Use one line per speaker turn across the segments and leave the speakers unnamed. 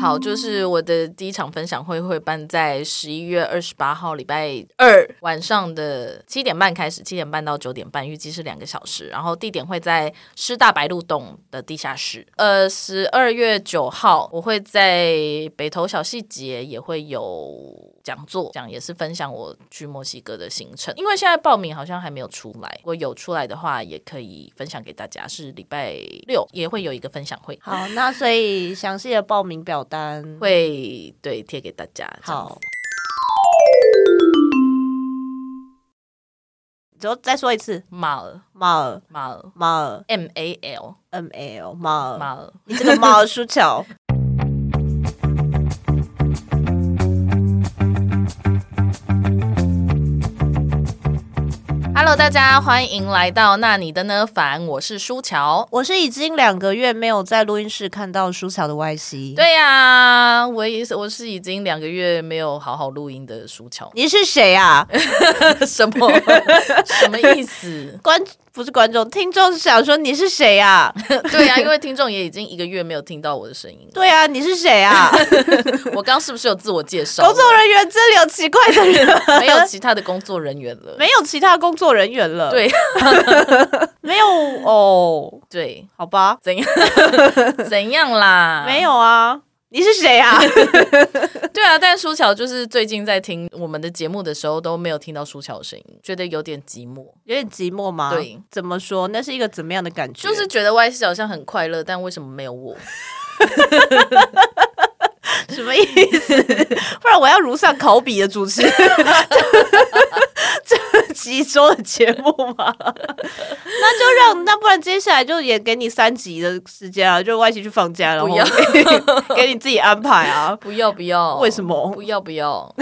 好，就是我的第一场分享会会办在十一月二十八号礼拜二晚上的七点半开始，七点半到九点半，预计是两个小时。然后地点会在师大白鹿洞的地下室。呃，十二月九号我会在北投小细节也会有讲座，讲也是分享我去墨西哥的行程。因为现在报名好像还没有出来，如果有出来的话，也可以分享给大家。是礼拜六也会有一个分享会。
好，那所以详细的报名表单
会对贴给大家。这样子
好。之后再说一次，
马尔
马尔
马尔
马尔
M A L
M A L 马尔，
马尔，
你这个马尔舒乔。
Hello，大家欢迎来到那你的呢凡，我是舒乔。
我是已经两个月没有在录音室看到舒乔的 Y C。，，
对呀、我也是，我是已经两个月没有好好录音的舒乔
你是谁啊？
什 么什么意思？
观不是观众，听众想说你是谁啊？
对呀、因为听众也已经一个月没有听到我的声音 了。
对啊，你是谁啊？
我刚是不是有自我介绍了？
工作人员这里有奇怪的人，
没有其他的工作人员了。
没有其他工作人员了。，
对
没有哦，
对，
好吧，
怎 样怎样啦？
没有啊。你是谁啊？
对啊，但舒乔就是最近在听我们的节目的时候都没有听到舒乔的声音，觉得有点寂寞，
有点寂寞吗？
对，
怎么说？那是一个怎么样的感觉？
就是觉得 Y 四好像很快乐，但为什么没有我？
什么意 思？不然我要如上考比的主持 这这几周的节目嘛，那就让那不然接下来就也给你三集的时间啊，就外企去放假，然后
不要
给你自己安排 啊。
不要不要，
为什么
不要不要？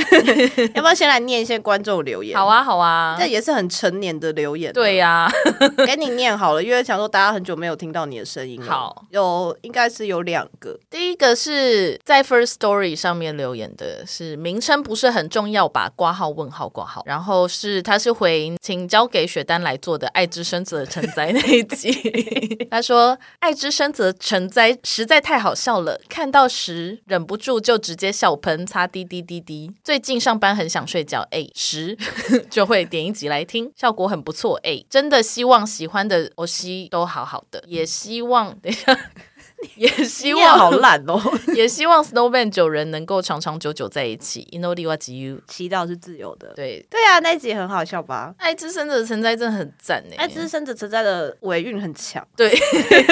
要不要先来念一些观众留言？
好，啊好啊
这，也是很成年的留言。啊
对、呀、
给你念好了，因为想说大家很久没有听到你的声音了。
好，
有应该是有两个，
第一个是在 First Story 上面留言的，是名称不是很重要吧？挂号问号挂号，然后是他是回请交给雪丹来做的《爱之深则成灾》那一集，他说《爱之深则成灾》实在太好笑了，看到时忍不住就直接笑喷，擦滴滴滴滴。最近上班很想睡觉，哎，时 就会点一集来听，效果很不错，哎，真的希望喜欢的欧西都好好的，也希望等一下。也希
念
望
好烂哦。
也希望 Snowman 九人能够长长久久在一起。Inodi wa ji you。
祈祷是自由的。
对，
对啊，那一集很好笑吧？
爱之深者存在真的很赞欸呢。
爱之哎深者存在的尾韵很强。
对，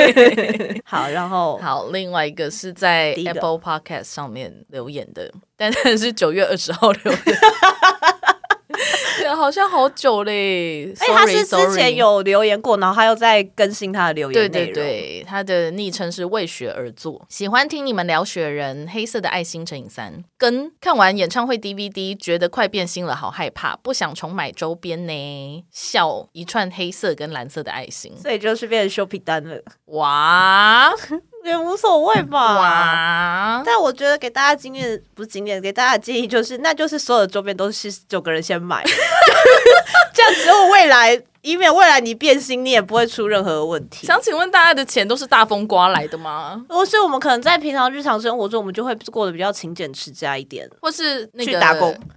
好，然后
好，另外一个是在
第一个
Apple Podcast 上面留言的，但是是九月二十号 留言。对，好像好久嘞。
哎，他是
Sorry，
之前
sorry。
有留言过，然后他又在更新他的留
对
言
对
内容。
对，他的昵称是为学而作，喜欢听你们聊雪人，黑色的爱心乘以三，跟看完演唱会 DVD 觉得快变心了，好害怕，不想重买周边呢，笑一串黑色跟蓝色的爱心，
所以就是变成修皮单了，
哇
也无所谓吧。
哇，
但我觉得给大家经验不是经验，给大家的建议就是，那就是所有的周边都是九个人先买， 这样只有未来，以免未来你变心，你也不会出任何问题。
想请问大家的钱都是大风刮来的吗？
或是我们可能在平常日常生活中，我们就会过得比较勤俭持家一点，
或是那个
去打工，。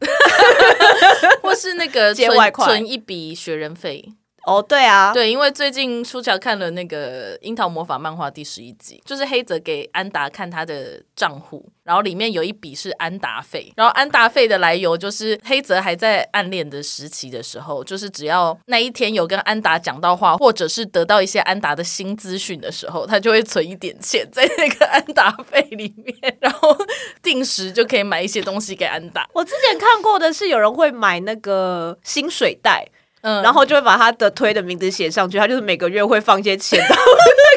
或是那个
借
存
外快
存一笔学人费。
哦，对啊，
对，因为最近舒乔看了那个《樱桃魔法》漫画第十一集，就是黑泽给安达看他的账户，然后里面有一笔是安达费，然后安达费的来由就是黑泽还在暗恋的时期的时候，就是只要那一天有跟安达讲到话，或者是得到一些安达的新资讯的时候，他就会存一点钱在那个安达费里面，然后定时就可以买一些东西给安达。
我之前看过的是有人会买那个薪水袋，
嗯，
然后就会把他的推的名字写上去，他就是每个月会放一些钱到那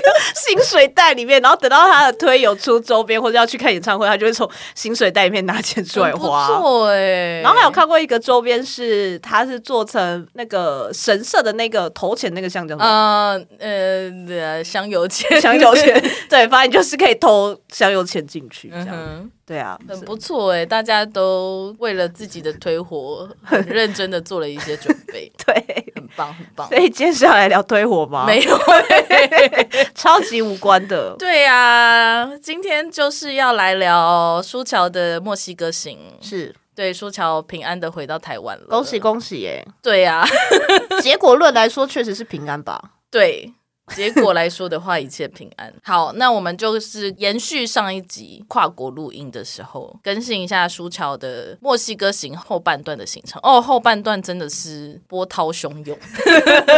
个薪水袋里面，然后等到他的推有出周边或者要去看演唱会，他就会从薪水袋里面拿钱出 来
很不
花。
错哎、
然后还有看过一个周边是，它是做成那个神社的那个头钱那个像叫什么？
呃呃呃，香油钱，
香油钱，对，反正就是可以投香油钱进去这
嗯
样。
哼，
对啊，
很不错哎、大家都为了自己的推火， 很认真的做了一些准备，
对。
很棒，很棒
所。以今天是要来聊推火吗？
没，有，
超级无关的。
对呀、今天就是要来聊舒乔的墨西哥行。
是，
对，舒乔平安的回到台湾了，
恭喜！恭喜耶！
对呀、
结果论来说，确实是平安吧。
对。结果来说的话，一切平安。好，那我们就是延续上一集跨国录音的时候，更新一下舒乔的墨西哥行后半段的行程。哦，后半段真的是波涛汹涌。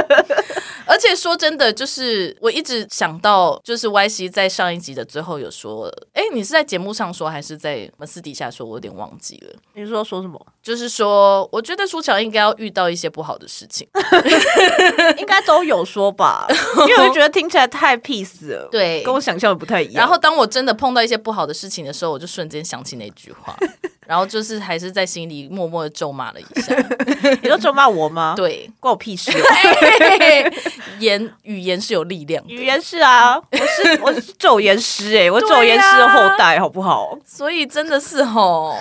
而且说真的，就是我一直想到，就是 Y C 在上一集的最后有说，哎，你是在节目上说还是在我们私底下说？我有点忘记了。
你说说什么？
就是说，我觉得舒乔应该要遇到一些不好的事情。
应该都有说 吧，因为我就觉得听起来太 peace 了，
对
跟我想象的不太一样。
然后当我真的碰到一些不好的事情的时候，我就瞬间想起那句话，然后就是还是在心里默默的咒骂了一下。
你就咒骂我 吗？，
对，
关我屁事哦。
言语言是有力量的，
语言是啊，我是我是咒言师哎、 我
对
咒言师的
啊
后代好不好？
所以真的是 吼。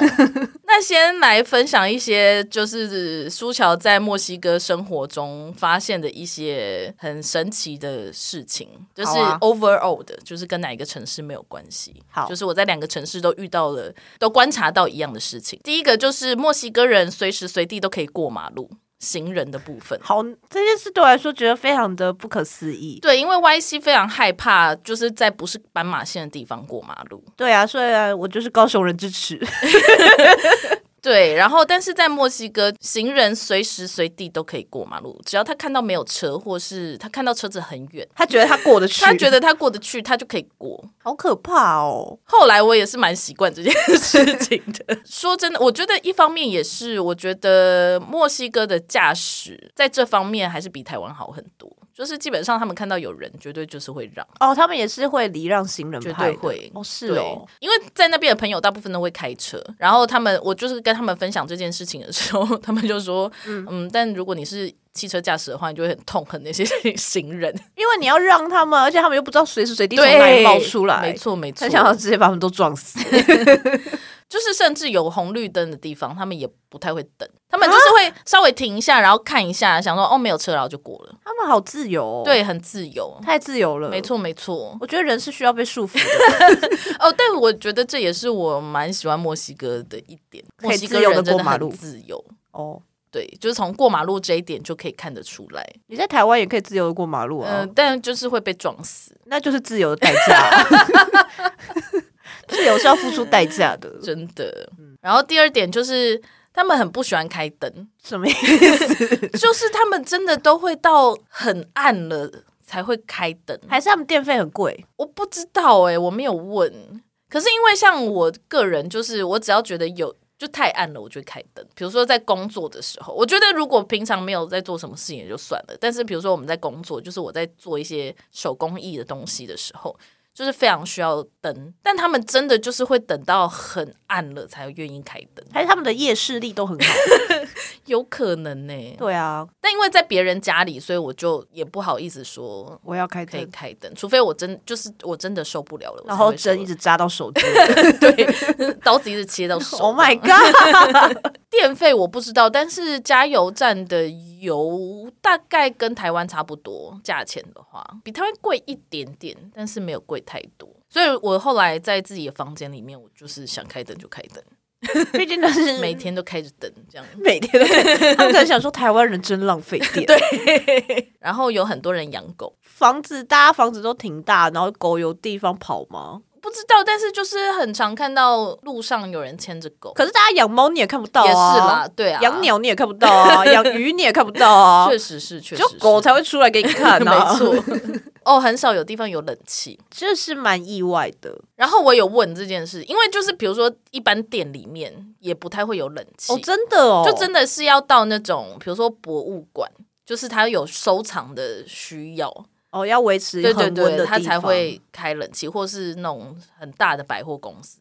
那先来分享一些，就是苏乔在墨西哥生活中发现的一些很神奇的事情，就是
好啊
overall 的，就是跟哪一个城市没有关系。
好
就是我在两个城市都遇到了，都观察到一样的事情。第一个就是墨西哥人随时随地都可以过马路，行人的部分。
好，这件事对我来说觉得非常的不可思议。
对，因为 Y C 非常害怕，就是在不是斑马线的地方过马路。
对啊，所以啊，我就是高雄人支持。
对，然后但是在墨西哥，行人随时随地都可以过马路，只要他看到没有车，或是他看到车子很远，
他觉得他过得去，
他觉得他过得去，他就可以过。
好可怕哦。
后来我也是蛮习惯这件事情的。 说真的，我觉得一方面也是，我觉得墨西哥的驾驶在这方面还是比台湾好很多。就是基本上他们看到有人，绝对就是会让，
哦，他们也是会礼让行人
绝
派
对
的
会。
哦，是
对
哦，，
因为在那边的朋友大部分都会开车，然后他们我就是跟他们分享这件事情的时候， 他们就说，嗯但如果你是汽车驾驶的话，你就会很痛恨那 些行人，
因为你要让他们，而且他们又不知道随时随地从哪里冒出来，
没，错没错
很，想要直接把他们都撞死。
就是甚至有红绿灯的地方，他们也不太会
啊
等，他们就是会稍微停一下，然后看一下，想说哦没有车，然后就过了，
他们好自由、哦，，
对，很自由。
太自由了，
没。错，没错。
我觉得人是需要被束缚的，
哦，但我觉得这也是我蛮喜欢墨西哥的一点，
可以
墨西哥
自由地
人真
过
的
马
很
路
自由。
哦。
对，就是从过马路这一点就可以看得出来。
你在台湾也可以自由的过马路
嗯、
啊，
但就是会被撞死，
那就是自由的代价、啊。 自由是要付出代价 的，
真的。然后第二点就是。他们很不喜欢开灯，
什么意思？
就是他们真的都会到很暗了才会开灯。
还是他们电费很贵？
我不知道哎、我没有问。可是因为像我个人，就是我只要觉得有就太暗了，我就会开灯。比如说在工作的时候，我觉得如果平常没有在做什么事情也就算了，但是比如说我们在工作，就是我在做一些手工艺的东西的时候。就是非常需要灯，但他们真的就是会等到很暗了才愿意开灯，
还是他们的夜视力都很好？
有可能呢、
对啊，
但因为在别人家里，所以我就也不好意思说
我要开
可以
灯，
开灯，除非我真就是我真的受不了了，我才
嗯然后
会说
针一直扎到手 指。
刀子一直切到手。
Oh my god！
电费我不知道，但是加油站的油大概跟台湾差不多，价钱的话比台湾贵一点点，但是没有贵太多。所以我后来在自己的房间里面，我就是想开灯就开灯，
毕竟那是
每天都开着灯这样。
每天 都在，他们可能想说台湾人真浪费电。对，
然后有很多人养狗，
房子大家房子都挺大，然后狗有地方跑吗？
不知道，但是就是很常看到路上有人牵着狗。
可是大家养猫你也看不到啊，
也是啦，对啊，
养鸟你也看不到啊， 养鱼你也看不到啊，
确实是，确实
就是狗才会出来给你看啊。
没，错。哦，很少有地方有冷气，
这是蛮意外的哦
然后我有问这件事，因为就是比如说，一般店里面也不太会有冷气，
哦，真的哦，
就真的是要到那种比如说博物馆，就是它有收藏的需要，
哦，要维持
对对
恒
对，
温的
它
地
才
方
会开冷气，或是那种很大的百货公司，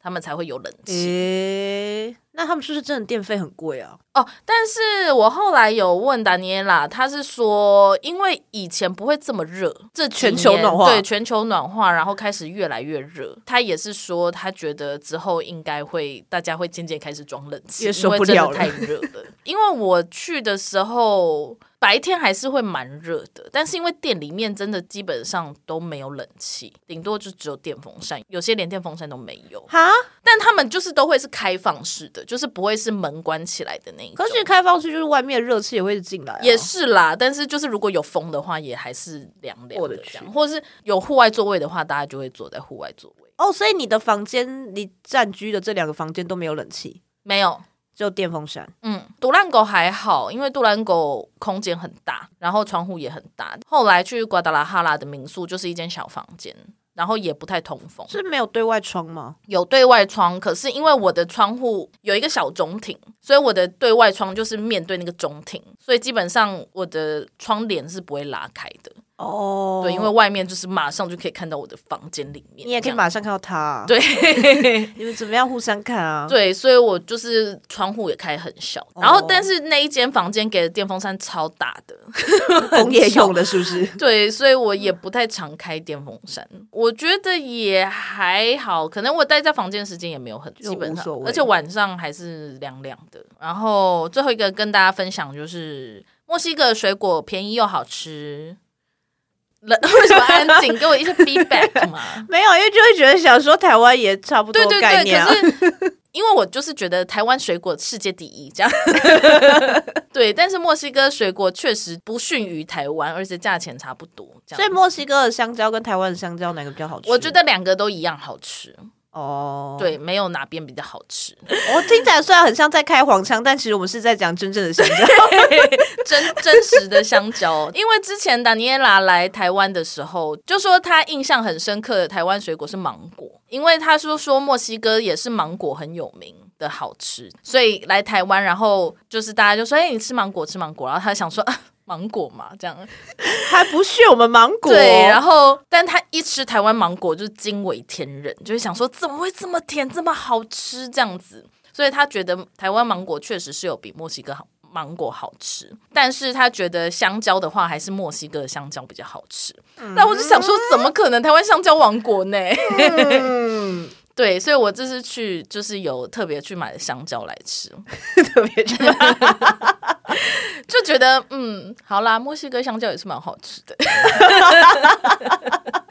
他们才会有冷气。
诶、那他们是不是真的电费很贵啊？
哦，但是我后来有问达尼耶拉，他是说，因为以前不会这么热，这几
全球
年
暖化
对全球暖化，然后开始越来越热。他也是说，他觉得之后应该会大家会渐渐开始装冷气，
也受不
因为真的
了了
太热了。 因为我去的时候。白天还是会蛮热的，但是因为店里面真的基本上都没有冷气，顶多就只有电风扇，有些连电风扇都没有。
哈，
但他们就是都会是开放式的，就是不会是门关起来的那一种。
可是开放式就是外面热气也会进来、啊，
也是啦，但是就是如果有风的话，也还是凉凉
我
的
的
这样，
去
或者是有户外座位的话，大家就会坐在户外座位。
哦。所以你的房间，你占居的这两个房间都没有冷气，
没有，
只有电风扇。
嗯，杜兰狗还好，因为杜兰狗空间很大，然后窗户也很大。后来去瓜达拉哈拉的民宿就是一间小房间，然后也不太通风，
是没有对外窗吗？
有对外窗，可是因为我的窗户有一个小中庭，所以我的对外窗就是面对那个中庭，所以基本上我的窗帘是不会拉开的。
哦，
对，因为外面就是马上就可以看到我的房间里面，
你也可以
买
马上看到他、啊。
对
你们怎么样互相看啊？
对，所以我就是窗户也开很小，然
哦
后但是那一间房间给的电风扇超大的，
工业用的是不是？
对，所以我也
嗯
不太常开电风扇，我觉得也还好，可能我待在房间时间也没有很，
就
基本
无
上
所，谓
而且晚上还是凉凉的。然后最后一个跟大家分享就是墨西哥的水果便宜又好吃。冷 为什么安静？给我一 些 feedback 嘛。
没有，因为就会觉得想说台湾也差不多
对对
概
对，
念啊。
可是因为我就是觉得台湾水果世界第一 这样，对，但是墨西哥水果确实不逊于台湾，而且价钱差不多，这
所以
样。
墨西哥的香蕉跟台湾的香蕉哪个比较好吃？
我觉得两个都一样好吃，
哦，
对，没有哪边比较好吃，
我听起来虽然很像在开黄腔，但其实我们是在讲真正的香蕉。
真 真实的香蕉。 因为之前达尼耶拉来台湾的时候，就说他印象很深刻的台湾水果是芒果，因为他说说墨西哥也是芒果很有名。的好吃，所以来台湾，然后就是大家就说：“哎、你吃芒果，吃芒果。”然后他想说：“啊、芒果嘛，这样。
还不屑我们芒”果。
对，然后但他一吃台湾芒果就惊为天人，就是想说怎么会这么甜，这么好吃这样子。所以他觉得台湾芒果确实是有比墨西哥好芒果好吃，但是他觉得香蕉的话还是墨西哥的香蕉比较好吃。那我就想说，怎么可能台湾香蕉王国呢？
嗯，
对，所以我这次去就是有特别去买香蕉来吃，
特别觉得
就觉得嗯，好啦，墨西哥香蕉也是蛮好吃的，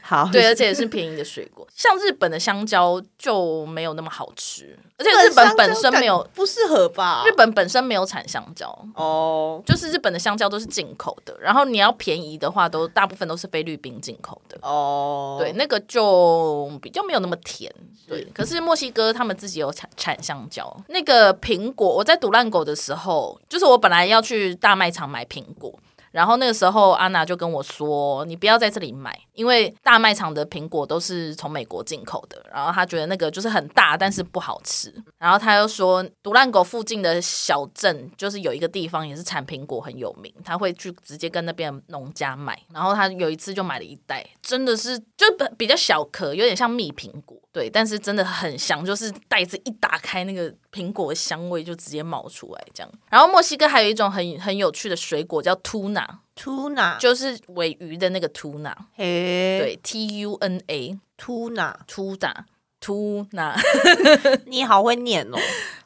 好。
对，而且也是便宜的水果。 像日本的香蕉就没有那么好吃，而且
日
日本
香蕉
本身
感
没有，
不适合吧？
日本本身没有产香蕉。
哦，
就是日本的香蕉都是进口的，然后你要便宜的话都大部分都是菲律宾进口的。
哦，
对，，那个就比较没有那么甜。对，可是墨西哥他们自己有产产香蕉。那个苹果，我在赌烂狗的时候，就是我本来要去大卖场买苹果。然后那个时候，安娜就跟我说：“你不要在这里买，因为大卖场的苹果都是从美国进口的。”然后她觉得那个就是很大，但是不好吃。然后她又说，独烂狗附近的小镇就是有一个地方也是产苹果很有名，她会去直接跟那边的农家买。然后她有一次就买了一袋，真的是就比较小颗，有点像蜜苹果，对，但是真的很香，就是袋子一打开，那个苹果的香味就直接冒出来这样。然后墨西哥还有一种很很有趣的水果叫 tuna。
吐纳，
就是尾鱼的那个 tuna，
嘿，
对，T U N A
吐纳，
tuna tuna，
你好会念哦，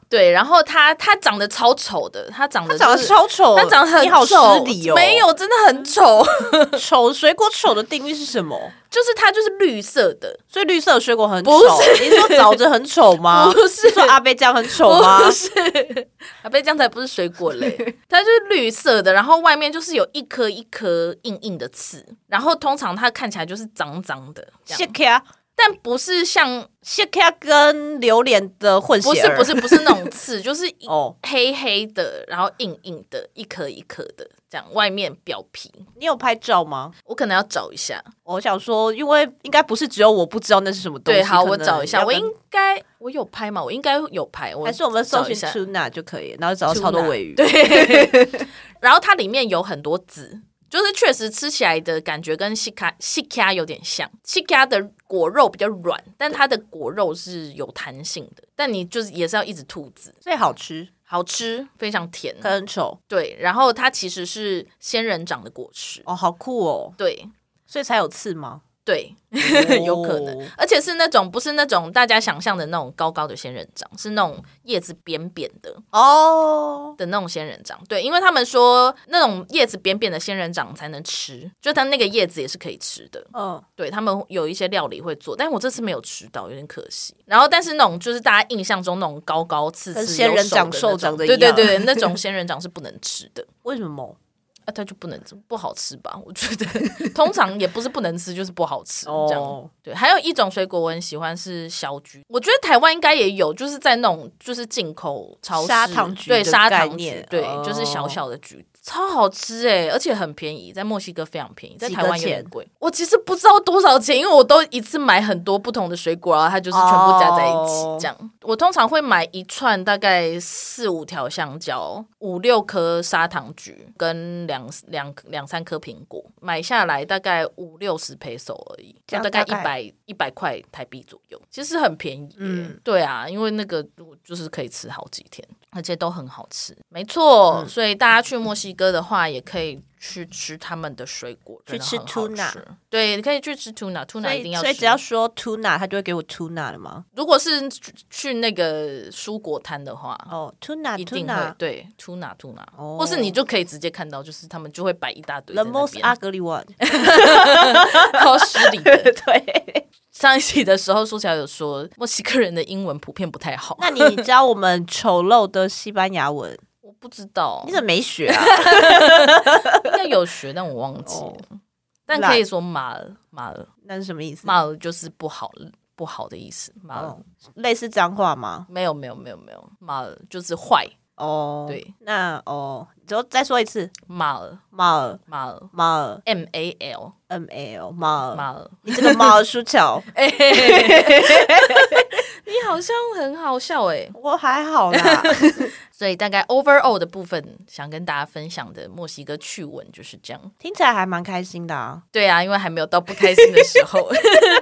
对，然后它它长得超丑的，它长得、
他长得，超丑，
它长得很
你好失
丑
礼哦，
没有，真的很丑，
丑水果丑的定义是什么？
就是它就是绿色的，
所以绿色的水果很丑
不，是
你说枣子很丑 吗？
不是
你说阿贝酱很丑吗
不？是，阿贝酱才啊不是水果 嘞，它就是绿色的，然后外面就是有一颗一颗硬硬的刺，然后通常它看起来就是脏脏的，这
谢
样，
克啊，
但不是像
谢克啊跟榴莲的混血
不是
儿
不是不是那种 刺，就是一
哦，
黑黑的，然后硬硬的，一颗一颗的，这样外面表皮，
你有拍照吗？
我可能要找一下。
我想说，因为应该不是只有我不知道那是什么东西。
对，好，
可
我
能
找一下，
要
我
跟
应该我有拍吗？我应该有拍，我
还是我们搜
找一
寻
下。
tuna 就可以，然后找到超多
tuna
尾鱼。对，
然后它里面有很多籽，就是确实吃起来的感觉跟西卡西卡有点像，西卡的果肉比较软，但它的果肉是有弹性的，但你就是也是要一直吐籽，
最好吃，
好吃，非常甜，
可很丑
对。然后它其实是仙人掌的果实，
哦，好酷哦，
对
所以才有刺吗？
对， 有可能，而且是那种不是那种大家想象的那种高高的仙人掌，是那种叶子扁扁的，
哦，
的那种仙人掌，对，因为他们说那种叶子扁扁的仙人掌才能吃，就它那个叶子也是可以吃的。
嗯，
对他们有一些料理会做，但我这次没有吃到，有点可惜。然后，但是那种就是大家印象中那种高高刺刺
跟仙人掌
有手的那种
手掌的一
对
样
对 对，那种仙人掌是不能吃的。
为什么？
啊，它就不能吃，不好吃吧？我觉得 通常也不是不能吃，就是不好吃、这样。
哦，
对，还有一种水果我很喜欢是小橘，我觉得台湾应该也有，就是在那种就是进口超市
砂糖橘
对
的
砂
概
糖橘
念，
对，
哦
就是小小的橘子，超好吃哎、而且很便宜，在墨西哥非常便宜，在
几
台
个
湾有点
钱
贵。我其实不知道多少钱，因为我都一次买很多不同的水果，然后它就是全部加在一起
哦
这样。我通常会买一串大概四五条香蕉，五六颗砂糖橘跟两两两三颗苹果，买下来大概五六十 peso 而已。
这样
大概一
大概
百一百块台币左右，其实很便宜耶。
嗯
对啊，因为那个我就是可以吃好几天，而且都很好吃。没错，
嗯
所以大家去墨西哥的话，也可以去吃他们的水果，
去
真的
吃
很好吃对，可以去吃 tuna，tuna
所
一定
以
要吃。
所以只要说 tuna，他就会给我 tuna 了吗？
如果是去去那个蔬果摊的话。
哦，tuna
一定会
tuna。
对 tuna tuna，、
哦
或是你就可以直接看到，就是他们就会摆一大堆在
The
那
most 啊
边，
ugly one，
超失礼的。
对。
上一期的时候，苏乔有说墨西哥人的英文普遍不太好，
那你教我们丑陋的西班牙文，
我不知道
你，怎么没学 啊？
应该有学，但我忘记了。但可以说马尔马尔
那是什么意思？
马尔哦就是不好不好的意思。马尔、
哦，类似脏话吗？
没有没有没有没有，马尔就是坏。
哦，
对，
那哦，之后再说一次，
马尔
马尔
马尔
马尔
M A L
M A L 马尔，
马尔，
你这个马尔 舒乔，
哎你好像很好笑哎、
我还 好啦。
所以大概 overall 的部分，想跟大家分享的墨西哥趣闻就是这样。
听起来还蛮开心的啊。
对啊，因为还没有到不开心的时 候。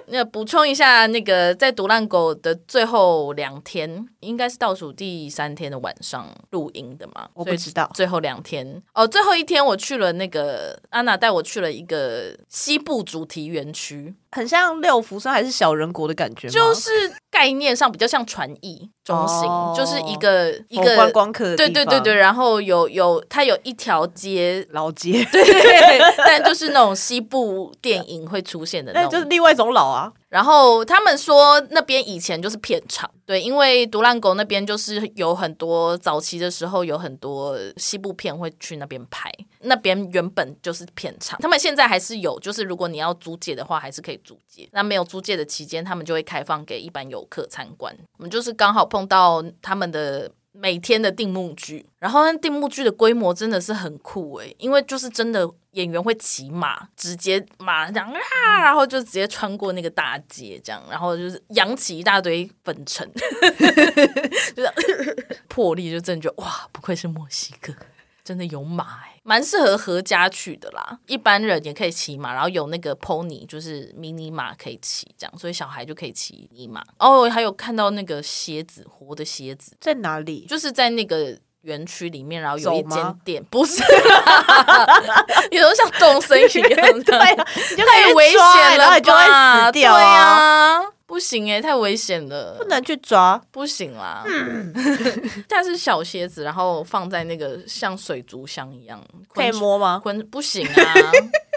那补充一下，那个在独烂狗的最后两天，应该是倒数第三天的晚上录音的嘛？
我
所以
不知道
最后两天哦，最后一天我去了那个安娜带我去了一个西部主题园区，
很像六福村还是小人国的感觉吗？
就是概念上比较像传艺中心，
哦
就是一个一
哦观
个。
光客的
对
地
对对
方，
对，，然后有有，它有一条街
老街，
对，但就是那种西部电影会出现的那
那
种
就是另外一种老啊。
然后他们说那边以前就是片场，对，因为独烂狗那边就是有很多早期的时候有很多西部片会去那边拍，那边原本就是片场。他们现在还是有，就是如果你要租借的话，还是可以租借。那没有租借的期间，他们就会开放给一般游客参观。我们就是刚好碰到他们的。每天的定目剧，然后那定目剧的规模真的是很酷诶、因为就是真的演员会骑马，直接马然后啊，然后就直接穿过那个大街，这样，然后就是扬起一大堆粉尘， 就是 魄力，就真的觉得哇，不愧是墨西哥，真的有马、欸，蛮适合合家去的啦。一般人也可以骑马，然后有那个 pony，就是迷你马可以骑，这样，所以小孩就可以骑迷你马。哦，还有看到那个蝎子，活的蝎子，
在哪里？
就是在那个园区里面，然后有一
走
间
吗
店，不是啦， 有时候像动森一样这
对
样
啊，你就可以
太
被
危险
抓
了
欸然
吧，
后你就会死掉
对
啊。
啊，不行哎、太危险了，
不能去嗯抓，
不行啦。 它是小蝎子，然后放在那个像水族箱一样，
可以
昆
摸吗？
昆不行啊，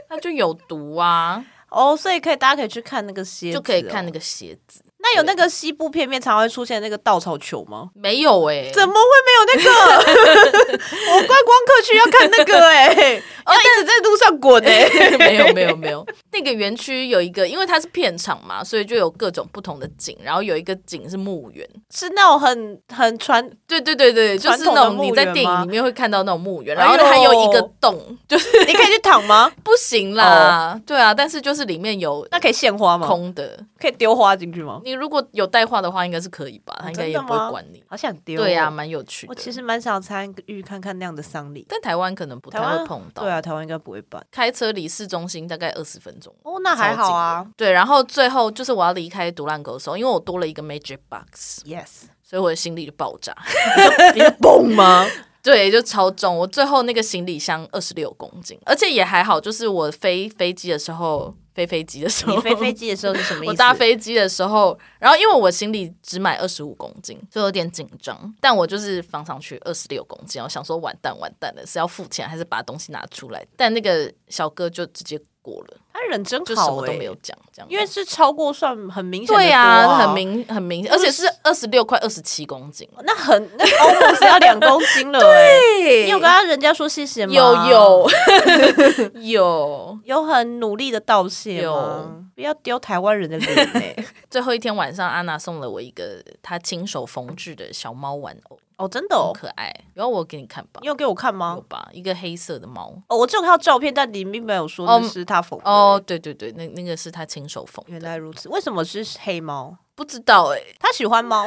它就有毒 啊，
哦，所以可以，大家可以去看那个蝎子
就
哦，
可以看那个蝎子。
那有那个西部片面常会出现那个稻草球吗？
没有哎、
怎么会没有那个？我观光客去要看那 个哎、
哦
要一直在路上滚哎、
没有没有没有，那个园区有一个，因为它是片场嘛，所以就有各种不同的景，然后有一个景是墓园，
是那种很 很传，
对对对对，就
传
是
统的
那种你
墓
在
园
电影
吗
里面会看到那种墓园，
哎
然后
呦
还有一个洞，就是
你可以去躺吗？
不行啦，对啊，但是就是里面有
哦那可以献花吗？
空的，
可以丢花进去吗？
你你如果有带话的话，应该是可以
哦
吧？他应该也不会管你。
好想丢、哦
对啊呀、，蛮有趣
我
的。
其实蛮想参与看看那样的丧礼，
但台湾可能不太
台湾
会碰到。
对啊，台湾应该不会办。
开车离市中心大概二十分钟。
哦，那还好啊
对，然后最后就是我要离开独烂狗的时候，因为我多了一个 magic box，
，yes，
所以我的行李就爆炸，
你是蹦吗？
对，就超重。我最后那个行李箱二十六公斤，而且也还好，就是我飞飞机的时候，飞飞机的时候，
你飞飞机的时候是什么意思？
我搭飞机的时候，然后因为我行李只买二十五公斤，就有点紧张。但我就是放上去二十六公斤，我想说完蛋完蛋了，是要付钱还是把东西拿出来？但那个小哥就直接过了，
他人真
就什
好
么
哎、
都没有讲，这样
因为是超过算很明显的啊
对
呀、
呀，很。明很明显，而且是二十六块二十七公斤。
那很 那 almost 要两公斤了、欸，
对
你有跟他人家说谢谢吗？
有有 有。
有很努力的道谢吗
有？
不要丢台湾人的脸哎、
最后一天晚上，安娜送了我一个她亲手缝制的小猫玩偶，
哦，真的
好
哦，
可爱。然后我给你看吧
你，有给我看
有
吗？
吧，一个黑色的猫。
哦，我只有看到照片，但你并没有说那
哦
是他缝的、
哦，对对对，那那个是他亲手缝
原
的，
来如此，为什么是黑猫？
不知道哎、
他喜欢猫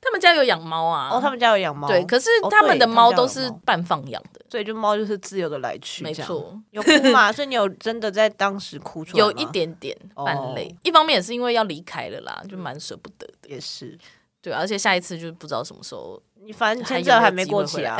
他们家有养猫啊，
哦，他们家有养猫，
对，可是
哦
他们的
对他们
猫
家
都
有
是
猫
半放养的，
所以就猫就是自由的来去，
没
这样。
错，
有哭嘛？ 所以你有真的在当时哭出来吗
有一点点
哦
半累，一方面也是因为要离开了啦，就蛮舍不得的，
也是，
对，而且下一次就不知道什么时候，
你反正
还
签
有
证
没有
还没
机
过
会回
期啊，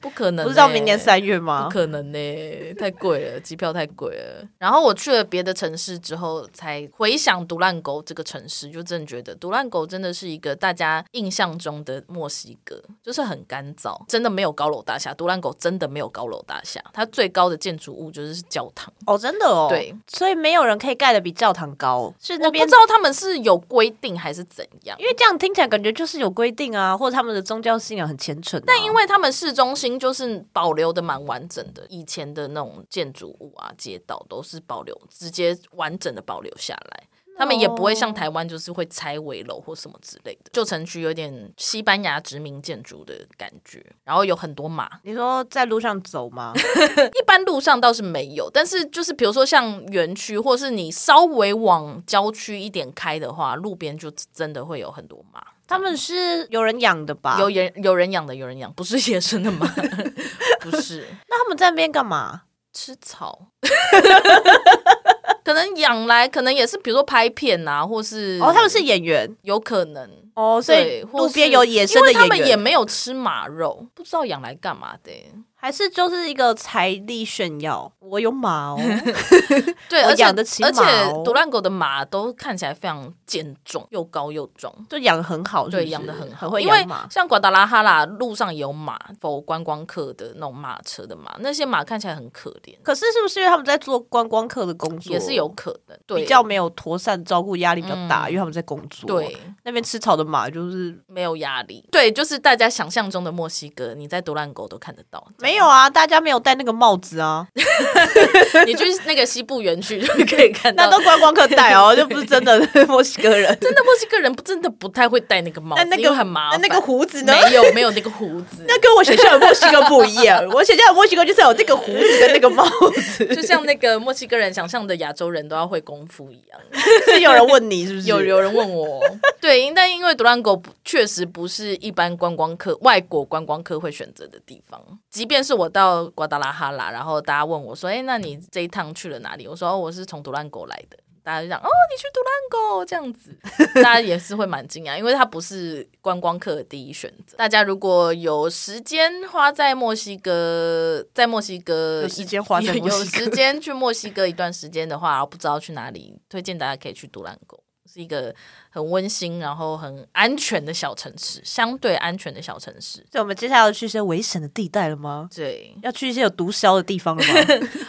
不可能、欸
不是到明年。三月吗
不？可能呢、 太贵了，机票太贵了。然后我去了别的城市之后，才回想独烂狗这个城市，就真的觉得独烂狗真的是一个大家印象中的墨西哥，就是很干燥，真的没有高楼大厦。独烂狗真的没有高楼大厦，它最高的建筑物就是教堂。
哦，真的哦，
对，
所以没有人可以盖的比教堂高，是那
我不
边
知。道他们是有规定还是怎样。
因为这样听起来感觉就是有规定啊，或者他们的宗教信仰很虔诚、啊。但
因为他们市中心就是保留的蛮完整的，以前的那种建筑物啊、街道都是保留，直接完整的保留下来。他们也不会像台湾，就是会拆围楼或什么之类的。旧城区有点西班牙殖民建筑的感觉，然后有很多马。
你说在路上走 吗？
一般路上倒是没有，但是就是比如说像园区，或是你稍微往郊区一点开的话，路边就真的会有很多马。
他们是有人养的吧？
有人有人养的，有人养，不是野生的马， 不是。
那他们在那边干嘛？
吃草，可能养来，可能也是比如说拍片啊，或是
哦，他们是演员
有可能，
哦，所以
对或
路边
是
有野生
因
的
为他
演
们
员，
也没有吃马肉，不知道养来干嘛的欸、
还是就是一个财力炫耀。我有马哦，
对，
我
而且
哦养得起
而
马哦
且独烂狗的马都看起来非常健壮，又高又壮。
就养得很好是不是，
对，养的很好，
很会
因为
养马。
像瓜达拉哈拉路上有马，否观光客的那种马车的马，那些马看起来很可怜，
可是是不是因为他们在做观光客的工作，
也是有哦可能，对，
比较没有妥善照顾，压力比较大，因为他们在工作。
对，，
那边吃草的马就是
没有压力。对，就是大家想象中的墨西哥，你在独烂狗都看得到。
没有啊，大家没有戴那个帽子啊，
你去那个西部园区就可以看到。
那都观光客 戴哦，就不是真的 墨西哥人。
真的墨西哥人不真的不太会戴 那个帽子，
那那
因
个
为很麻烦。
那那个胡子呢？
没有没有那个胡子，
那跟我想象的墨西哥不一 样，我想象的墨西哥就是有这个胡子跟那个帽子。
就像那个墨西哥人想象的亚洲人都要会功夫一样。
是有人问你是不是？
有有人问我， 对，因但因为独狼狗不确实不是一般观光客、外国观光客会选择的地方。即便是我到瓜达拉哈拉，然后大家问我说：“哎、那你这一趟去了哪里？”我说：“哦，我是从独狼狗来的。”大家就讲：“哦，你去独狼狗这样 子。”大家也是会蛮惊讶，因为它不是观光客的第一选择。大家如果有时间花在墨西哥，在墨西哥
有时间花在墨
有
西哥
时间去墨西哥一段时间的话，不知道去哪里，推荐大家可以去独兰狗，是一个很温馨然后很安全的小城市，相对安全的小城市。
所以我们接下来要去一些危险的地带了吗？
对，
要去一些有毒枭的地方了吗？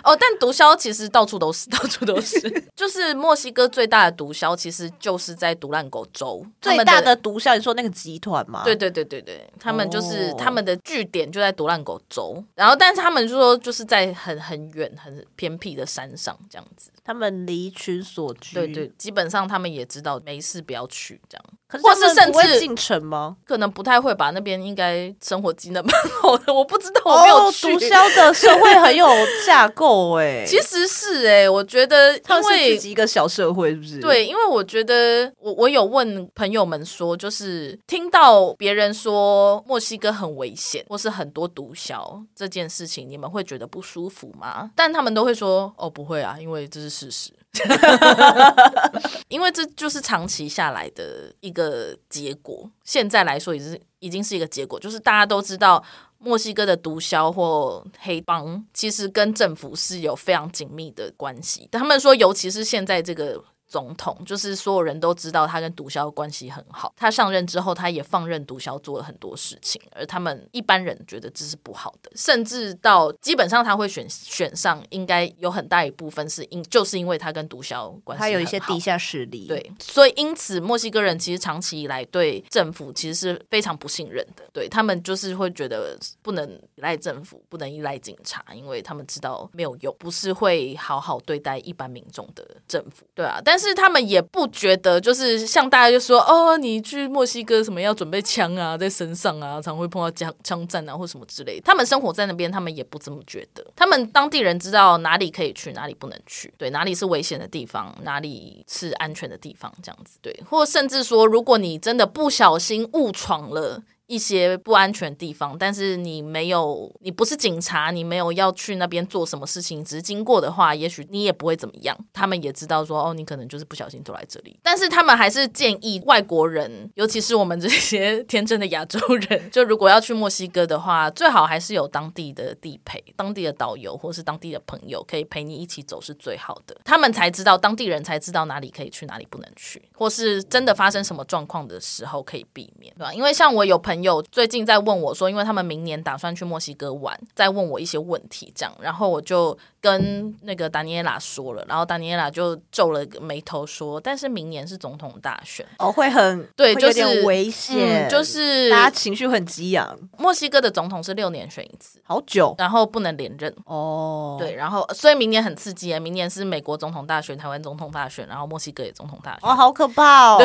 哦，但毒枭其实到处都是，到处都 是。就是墨西哥最大的毒枭，其实就是在独烂狗州，他
最
们
大的毒枭，你说那个集团吗？
对，对对对对，他们就是、
哦
他们的据点就在独烂狗州，然后但是他们就说就是在很很远很偏僻的山上这
嗯
样子，
他们离群所居。
对对，基本上他们也知道没事不要去这样，
可是
或
他们
是甚
不会
至
进城吗？
可能不太会吧，那边应该生活机能蛮好的，我不知道，我没有
哦，
去。
毒枭的社会很有架构哎、
其实是哎、我觉得
他
因
们是
为
自己一个小社会，是不是？，
对，因为我觉得我我有问朋友们说，就是听到别人说墨西哥很危险，或是很多毒枭这件事情，你们会觉得不舒服吗？但他们都会说哦，不会啊，因为这是事实。 因为这就是长期下来的一个结果，现在来说已经已经是一个结果，就是大家都知道墨西哥的毒枭或黑帮其实跟政府是有非常紧密的关系。他们说，尤其是现在这个。总统就是所有人都知道他跟毒枭关系很好。他上任之后，他也放任毒枭做了很多事情，而他们一般人觉得这是不好的，甚至到基本上他会选选上，应该有很大一部分是因就是因为他跟毒枭关系
他有一些
很好
地下势力，，
对，所以因此墨西哥人其实长期以来对政府其实是非常不信任的，对他们就是会觉得不能依赖政府，不能依赖警察，因为他们知道没有用，不是会好好对待一般民众的政府，对啊，但是他们也不觉得就是像大家就说哦，你去墨西哥什么要准备枪啊在身上啊，常会碰到枪枪战啊或什么之类的，他们生活在那边，他们也不这么觉得，他们当地人知道哪里可以去，哪里不能去，对，哪里是危险的地方，哪里是安全的地方，这样子，对，或甚至说，如果你真的不小心误闯了。一些不安全的地方，但是你没有，你不是警察，你没有要去那边做什么事情，只是经过的话，也许你也不会怎么样。他们也知道说，哦，你可能就是不小心走来这里，但是他们还是建议外国人，尤其是我们这些 天真的亚洲人，就如果要去墨西哥的话，最好还是有当地的地陪、当地的导游或是当地的朋友可以陪你一起走是最好的。他们才知道，当地人才知道哪里可以去，哪里不能去，或是真的发生什么状况的时候可以避免，对吧？因为像我有朋友最近在问我说，因为他们明年打算去墨西哥玩，在问我一些问题，这样，然后我就跟那个达尼耶拉说了，然后达尼耶拉就皱了个眉头说，但是明年是总统大选，
哦，会很
对
会
就
有点
是
危险、
嗯，就是
大家情绪很激昂，
墨西哥的总统是六年选一次，
好久
然后不能连任。
哦，
对，然后所以明年很刺激啊耶，明年是美国总统大选、台湾总统大选，然后墨西哥也总统大选。
哦，好可怕哦，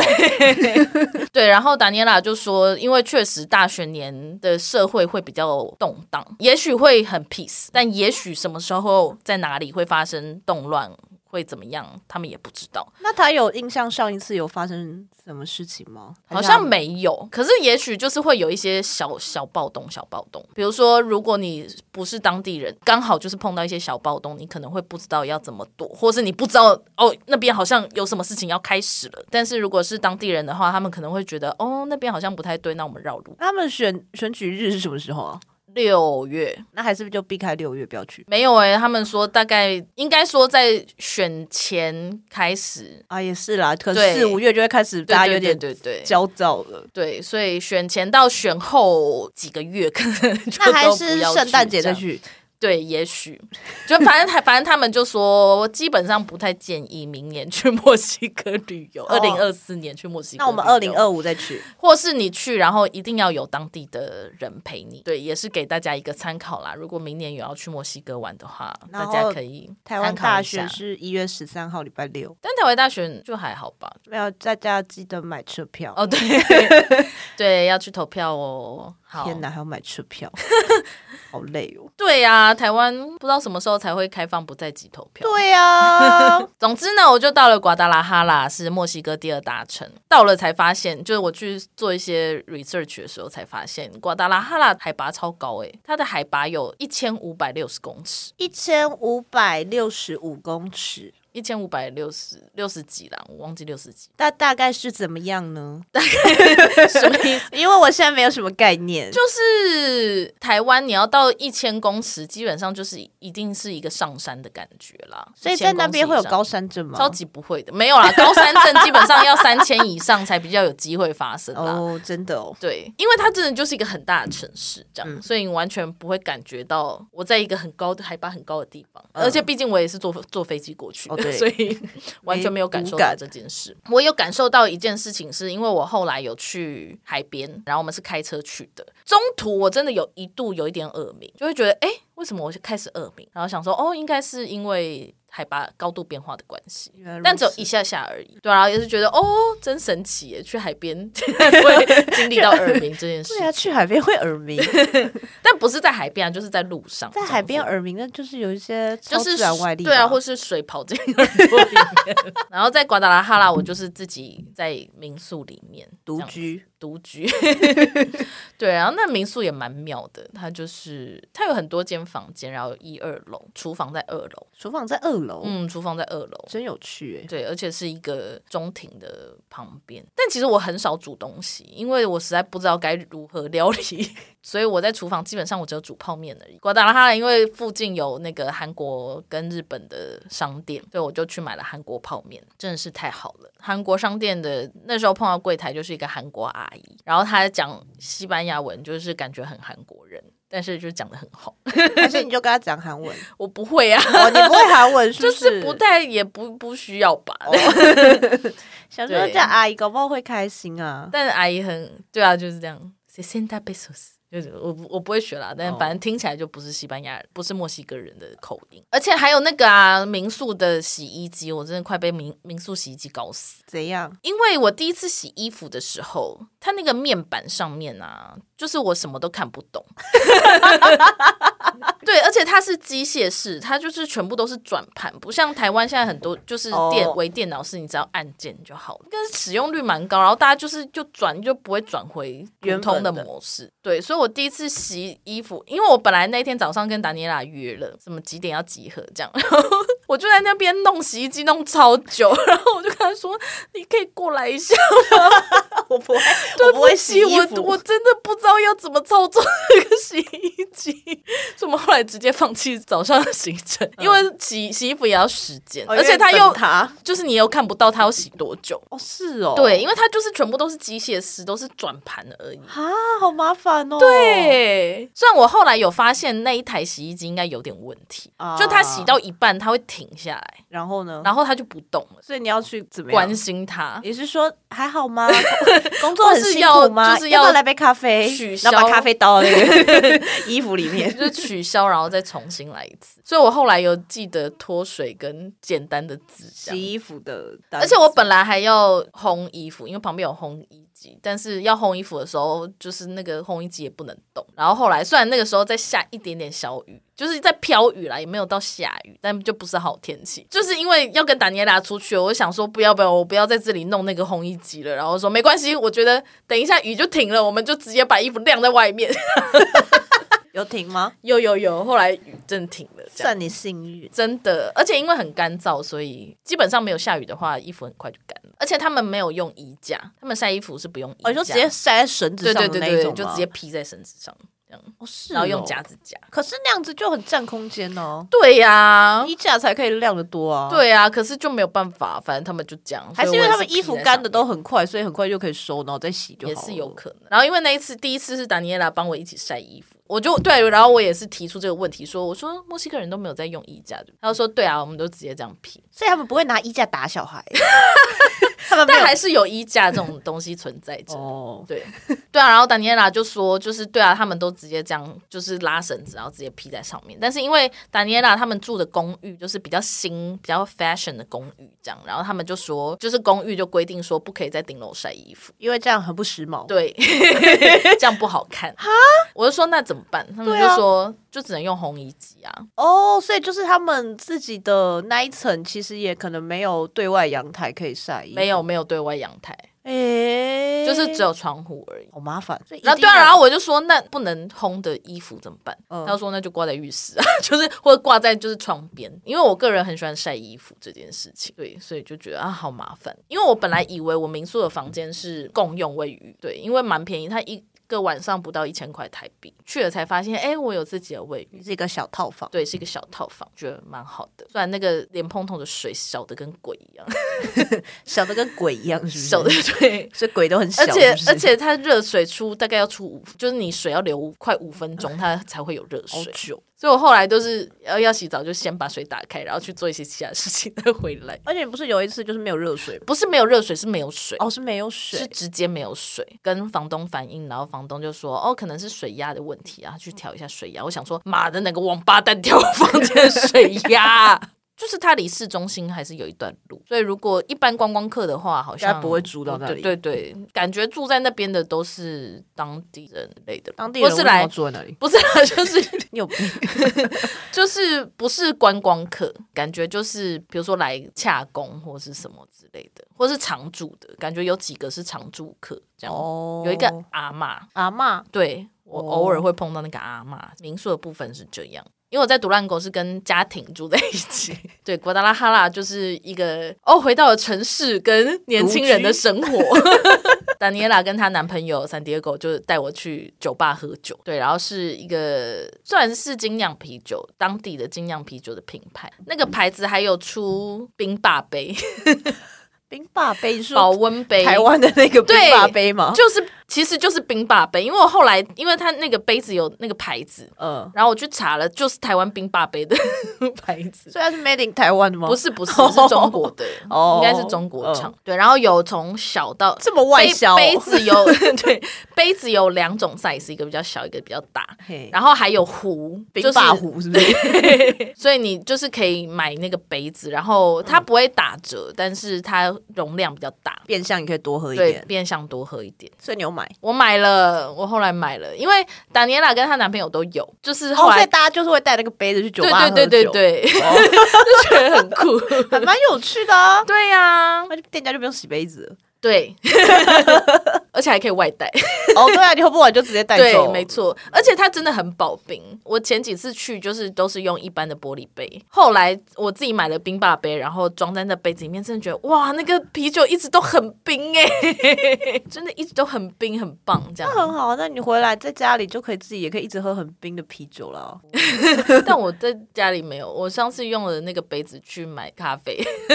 对，然后达尼拉就说，因为确实大选年的社会会比较动荡，也许会很 peace，但也许什么时候在哪里会发生动乱，会怎么样，他们也不知道。
那他有印象上一次有发生什么事情吗？
好像没有，可是也许就是会有一些小小暴动、小暴动。比如说，如果你不是当地人，刚好就是碰到一些小暴动，你可能会不知道要怎么躲，或是你不知道哦那边好像有什么事情要开始了。但是如果是当地人的话，他们可能会觉得哦那边好像不太对，那我们绕路。
他们选选举日是什么时候啊？
六月
那还是不是就避开六月不要去
没有诶、欸他们说大概应该说在选前开始，
啊？也是啦，可能
对
四五月就会开始
对
大家
对
有点
对对对。
焦躁了。
对，所以选前到选后几个月，可能就
那还
都不
是
要
圣诞
去
节
这
再
样
去，
对，也许就反正他反正他们就说，基本上不太建议明年去墨西哥旅游，
哦
二零二四年去墨西哥。
那我们二零，二五再去。
或是你去，然后一定要有当地的人陪你。对，也是给大家一个参考啦。如果明年有要去墨西哥玩的话，
然
大
后
家可以
台湾
参考
大
一下
学，是一月十三号礼拜六，
但台湾大学就还好吧。
没有大家记得买车票。
哦，对对，要去投票哦。好，
天哪，还要买车 票，好累哦。
对呀、台湾不知道什么时候才会开放不在籍投票。
对呀、 啊，
总之呢，我就到了瓜达拉哈拉，是墨西哥第二大城。到了才发现，就是我去做一些 research 的时候才发现，瓜达拉哈拉海拔超高诶、它的海拔有一千五百六十公尺，
一千五百六十五公尺，
一千五百六十六十几啦，我忘记六十 几
那大概是怎么样呢？
什么意思。
因为我现在没有什么概念，
就是台湾，你要到一千公尺，基本上就是一定是一个上山的感觉啦。
所以在那边会
1000公
有
尺以上
高山症吗？
超级不会的，没有啦，高山症基本上要三千以上才比较有机会发生啦。
哦，真的哦，
对，因为它真的就是一个很大的城市，这样，所以你完全不会感觉到我在一个很高的海拔很高的地方，而且毕竟我也是坐坐飞机过 去的，
哦对
所以完全没有感受到这件事。我有感受到一件事情，是因为我后来有去海边，然后我们是开车去的，中途我真的有一度有一点耳鸣，就会觉得哎。诶为什么我就开始耳鸣？然后想说，哦，应该是因为海拔高度变化的关系
原来如，
但只有一下下而已。对啊，然后也是觉得哦，真神奇耶，去海边 啊会经历到耳鸣这件事
对，啊，去海边会耳 鸣，
但不是在海边啊，就是在路上，
在海边
这样子。
耳鸣，那就是有一些超
就是
自然外力吧，
对啊，或是水跑进耳朵里面。 然后在瓜达拉哈拉，我就是自己在民宿里面
独
这样子
居。
独居，对，然后那民宿也蛮妙的，它就是它有很多间房间，然后有一二楼，厨房在二楼，
厨房在二楼，
嗯，厨房在二楼，
真有 趣哎、
对，而且是一个中庭的旁边。但其实我很少煮东西，因为我实在不知道该如何料理， 所以我在厨房基本上我只有煮泡面而已。瓜达拉哈拉因为附近有那个韩国跟日本的商店，所以我就去买了韩国泡面，真的是太好了。韩国商店的那时候碰到柜台就是一个韩国阿姨，然后她讲西班牙文，就是感觉很韩国人，但是就讲的很好。
还是你就跟他讲韩文？
我不会啊，
哦，你不会韩文是哦
就
不
是不太也不不需要吧。
想说
对
叫阿姨，搞不好会开心啊。
但阿姨很对啊，就是这样。sesenta pesos，就是我不我不会学啦，但
哦
反正听起来就不是西班牙人，不是墨西哥人的口音。而且还有那个啊，民宿的洗衣机，我真的快被民民宿洗衣机搞死。
怎样？
因为我第一次洗衣服的时候，它那个面板上面啊，就是我什么都看不懂。 对，而且它是机械式，它就是全部都是转盘，不像台湾现在很多就是电、
哦
微电脑是你只要按键就好了，但是使用率蛮高，然后大家就是就转就不会转回普
原
通
本
的
的
模式。对，所以我第一次洗衣服，因为我本来那天早上跟达尼拉约了，什么几点要集合这样， 然后我就在那边弄洗衣机弄超久，然后我就跟他说：“你可以过来一下，啊
我不会，
对
我不会洗
起，
衣
我
服。
我真的不知道要怎么操作这个洗衣机，所以我们后来直接放弃早上的行程，因为洗洗衣服也要时间，
嗯哦
而且它
因为
又
等他
就是你又看不到它要洗多久。”
哦，是哦，
对，因为它就是全部都是机械式，都是转盘而已。
啊，好麻烦哦。对，
对，虽然我后来有发现那一台洗衣机应该有点问题，
啊嗯
就它洗到一半它会停下来，
然后呢？
然后它就不动了。
所以你要去怎么样
关？心它，
你是说还 好吗？工作很
是
辛
要
苦吗？
就是
要不
要
来杯咖啡
取，
然后
消
把咖啡倒到那个 衣服里面。
就是取消，然后再重新来一次。所以我后来有记得脱水跟简单的纸
洗
箱，
衣服的单
而
子，
且我本来还要烘衣服，因为旁边有烘衣机，但是要烘衣服的时候，就是那个烘衣机也不能动。然后后来虽然那个时候在下一点点小雨，就是在飘雨啦，也没有到下雨，但就不是好天气。就是因为要跟达尼拉出去，我就想说不要不要，我不要在这里弄那个烘衣机了。然后说没关系，我觉得等一下雨就停了，我们就直接把衣服晾在外面。
有停吗？
有有有，后来雨真停了，这样。
算你幸运。
真的，而且因为很干燥，所以基本上没有下雨的话，衣服很快就干了。而且他们没有用衣架，他们晒衣服是不用衣架，
哦，你说直接晒在绳子
对
上
对
的
对
那一
对，
种
就
吗
直接披在身子上，
哦是，
然后用夹。子夹。
可是那样子就很占空间哦，
对呀、
衣架才可以晾得多啊。，
对呀、可是就没有办法，反正他们就这样。
还是因为他们衣服干的
的
都很快，所以很快就可以收，然后再洗就好
也
了。
是有可能。然后因为那一次第一次是达尼拉帮我一起晒衣服，我就对，然后我也是提出这个问题，说我说墨西哥人都没有在用衣架，对不对他就说对啊，我们都直接这样披。
所以他们不会拿衣架打小 孩，他们没
但
有
还是有衣架这种东西存在着。
哦，
对对啊，然后丹尼拉就说，就是对啊，他们都直接这样，就是拉绳子，然后直接披在上面。但是因为丹尼拉他们住的公寓就是比较新、比较 fashion 的公寓，这样，然后他们就说，就是公寓就规定说不可以在顶楼晒衣服，
因为这样很不时髦。
对， 这样不好看。我就说那怎么办？他们
对
就
啊
说、就只能用烘衣机啊。
哦，所以就是他们自己的那一层，其实也可能没有对外阳台可以晒衣，
没，有没有对外阳台，
哎、
就是只有窗户而已。
好麻烦。所以一定
然后
要
对啊，然后我就说那不能烘的衣服怎么办？
嗯
他说那就挂在浴室啊， 就是或者挂在就是床边，因为我个人很喜欢晒衣服这件事情，对，所以就觉得啊好麻烦，因为我本来以为我民宿的房间是共用卫浴，对，因为蛮便宜，它一个晚上不到一千块台币，去了才发现，哎，我有自己的卫浴。
是一个小套房，
对，是一个小套房，觉得蛮好的。虽然那个莲蓬头的水小的跟鬼一
嗯
样，
小的跟鬼一样，是不是？
小的，对，
所以鬼都很小，
而且
是不是
而且它热水出大概要出五，就是你水要留五快五分钟，它才会有热
好
水。
久。
所以我后来都是呃要要洗澡，就先把水打开，然后去做一些其他事情再回来。
而且你不是有一次就是没有热水吗？
不是没有热水，是没有水。
哦，是没有水
是直接没有水，跟房东反映，然后房东就说：“哦，可能是水压的问题啊，去调一下水压。”我想说，妈的，那个王八蛋调我房间的水压， 就是它离市中心还是有一段路，所以如果一般观光客的话，好
应该
像
不会住到那里
对对对，感觉住在那边的都是当地人类的，
当地人
不
为
是
什么要
来，
住在那里？
不是啦，就是
你有病？
就是不是观光客，感觉就是比如说来洽工或是什么之类的，或是常住的，感觉有几个是常住客这样。
哦
有一个阿嬷，
阿嬷，
对我
哦
偶尔会碰到那个阿嬷。民宿的部分是这样。因为我在独烂狗是跟家庭住在一 起，对，瓜达拉哈拉就是一个哦，回到了城市跟年轻人的生 活。达尼耶拉跟她男朋友三叠狗就带我去酒吧喝酒，对，然后是一个算是精酿啤酒，当地的精酿啤酒的品牌，那个牌子还有出冰霸 杯、
冰霸杯是
保温杯、
台湾的那个冰
对
霸杯吗？
就是其实就是冰霸杯，因为我后来因为它那个杯子有那个牌子，
嗯，
然后我去查了，就是台湾冰霸杯的 牌子。
所以它是 made in 台湾的吗？
不，是不是是中国的，
哦
应该是中国厂。对，然后有从小到
这么外
杯
销哦
杯子 有对杯子有两种 size，一个比较小，一个比较大。
嘿
然后还有壶，
冰霸壶是不是？
就是，所以你就是可以买那个杯子，然后它不会打折，但是它容量比较大，
变相你可以多喝一
对，
点，
变相多喝一点。
所以你有买。
我买了，我后来买了，因为达尼拉跟她男朋友都有，就是后
哦，所
来、
以大家就是会带那个杯子去酒
对
吧喝酒，
对对对对，
哦，
就觉得很酷。
还蛮有趣的啊。
对呀、
那就店家就不用洗杯子了。
对，而且还可以外带。
哦，对啊，你喝不完就直接带
对，
走。
没错，而且它真的很保冰。我前几次去就是都是用一般的玻璃杯，后来我自己买了冰霸杯，然后装在那杯子里面，真的觉得哇，那个啤酒一直都很冰哎、 真的一直都很冰，很棒这样
那。很好，那你回来在家里就可以自己也可以一直喝很冰的啤酒了 哦。
但我在家里没有，我上次用了那个杯子去买咖啡。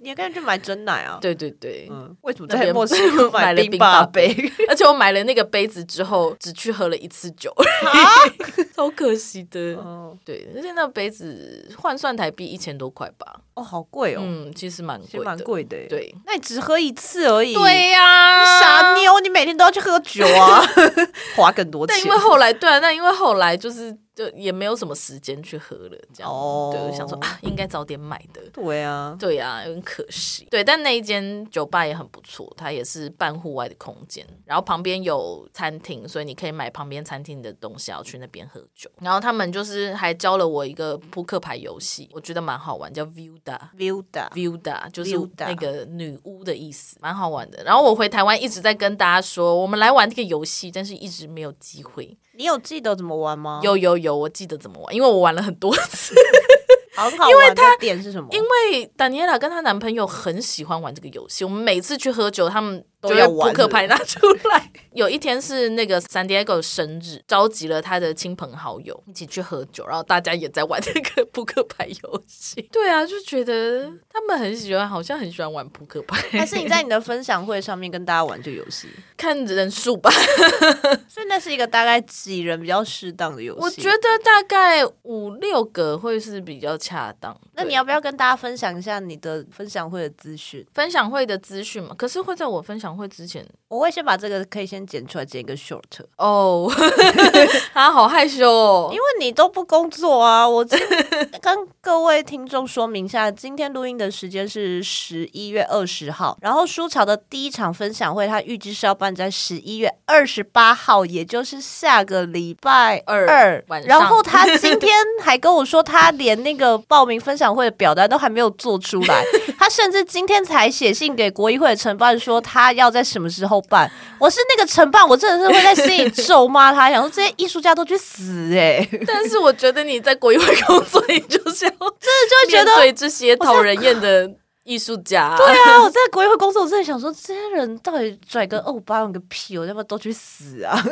你也可以去买真奶啊。
对对对。
嗯，为什么
那边
在莫斯 科
买了
冰
冰霸
杯？
而且我买了那个杯子之后，只去喝了一次酒， 超可惜的。
哦，
对，而且那杯子换算台币一千多块吧，
哦，好贵哦，
嗯，其实蛮
其
贵
实蛮
的。
贵的啊耶。
对，
那你只喝一次而已。
对呀、
傻妞，你每天都要去喝酒 啊，花更多钱
但因。为后来，对啊，那因为后来就是就也没有什么时间去喝了，这样。
哦
对，我想说啊，应该早点买的。
对啊，
对呀、有点可惜。对，但那一间酒吧也很不错，它也是半户外的空间，然后旁边有餐厅，所以你可以买旁边餐厅的东西，然后去那边喝酒。然后他们就是还教了我一个扑克牌游戏，我觉得蛮好玩，叫 Vuda。
Vilda，
Vilda 啊就是
Vilda
那个女巫的意思，蛮好玩的。然后我回台湾一直在跟大家说，我们来玩这个游戏，但是一直没有机会。
你有记得怎么玩吗？，
有有有，我记得怎么玩，因为我玩了很多 次。
很好玩的点是什么？
因为 Daniela 跟她男朋友很喜欢玩这个游戏，我们每次去喝酒，他们
都
就会
要玩
扑克
是不是
牌拿出来。有一天是那个 San Diego 生日，召集了他的亲朋好友一起去喝酒，然后大家也在玩这个扑克牌游戏。对啊，就觉得他们很喜欢，好像很喜欢玩扑克牌。
还是你在你的分享会上面跟大家玩这个游戏，
看人数吧，
所以那是一个大概几人比较适当的游戏。
我觉得大概五六个会是比较恰当。
那你
对
要不要跟大家分享一下你的分享会的资讯？
分享会的资讯嘛？可是会在我分享会之 前
我会先把这个可以先剪出来，剪一个 short，
哦， 啊，好害羞哦
因。为你都不工作啊。我今跟各位听众说明一下，今天录音的时间是十一月二十号，然后舒乔的第一场分享会，它预计是要办在十一月二十八号，也就是下个礼拜
二
二
晚上
然后他今天还跟我说，他连那个报名分享会的表单都还没有做出来，他甚至今天才写信给国议会的承办说他要在什么时候办。我是那个承办，我真的是会在心里咒骂他，想说这些艺术家都去死哎、欸，真
但是我觉得你在国议会工作，你就是要
的就会 觉
面
得
对这些讨人厌的艺术家。
对啊，我在国议会工作，我真的想说这些人到底拽个二五八万个屁，我他妈都去死 啊！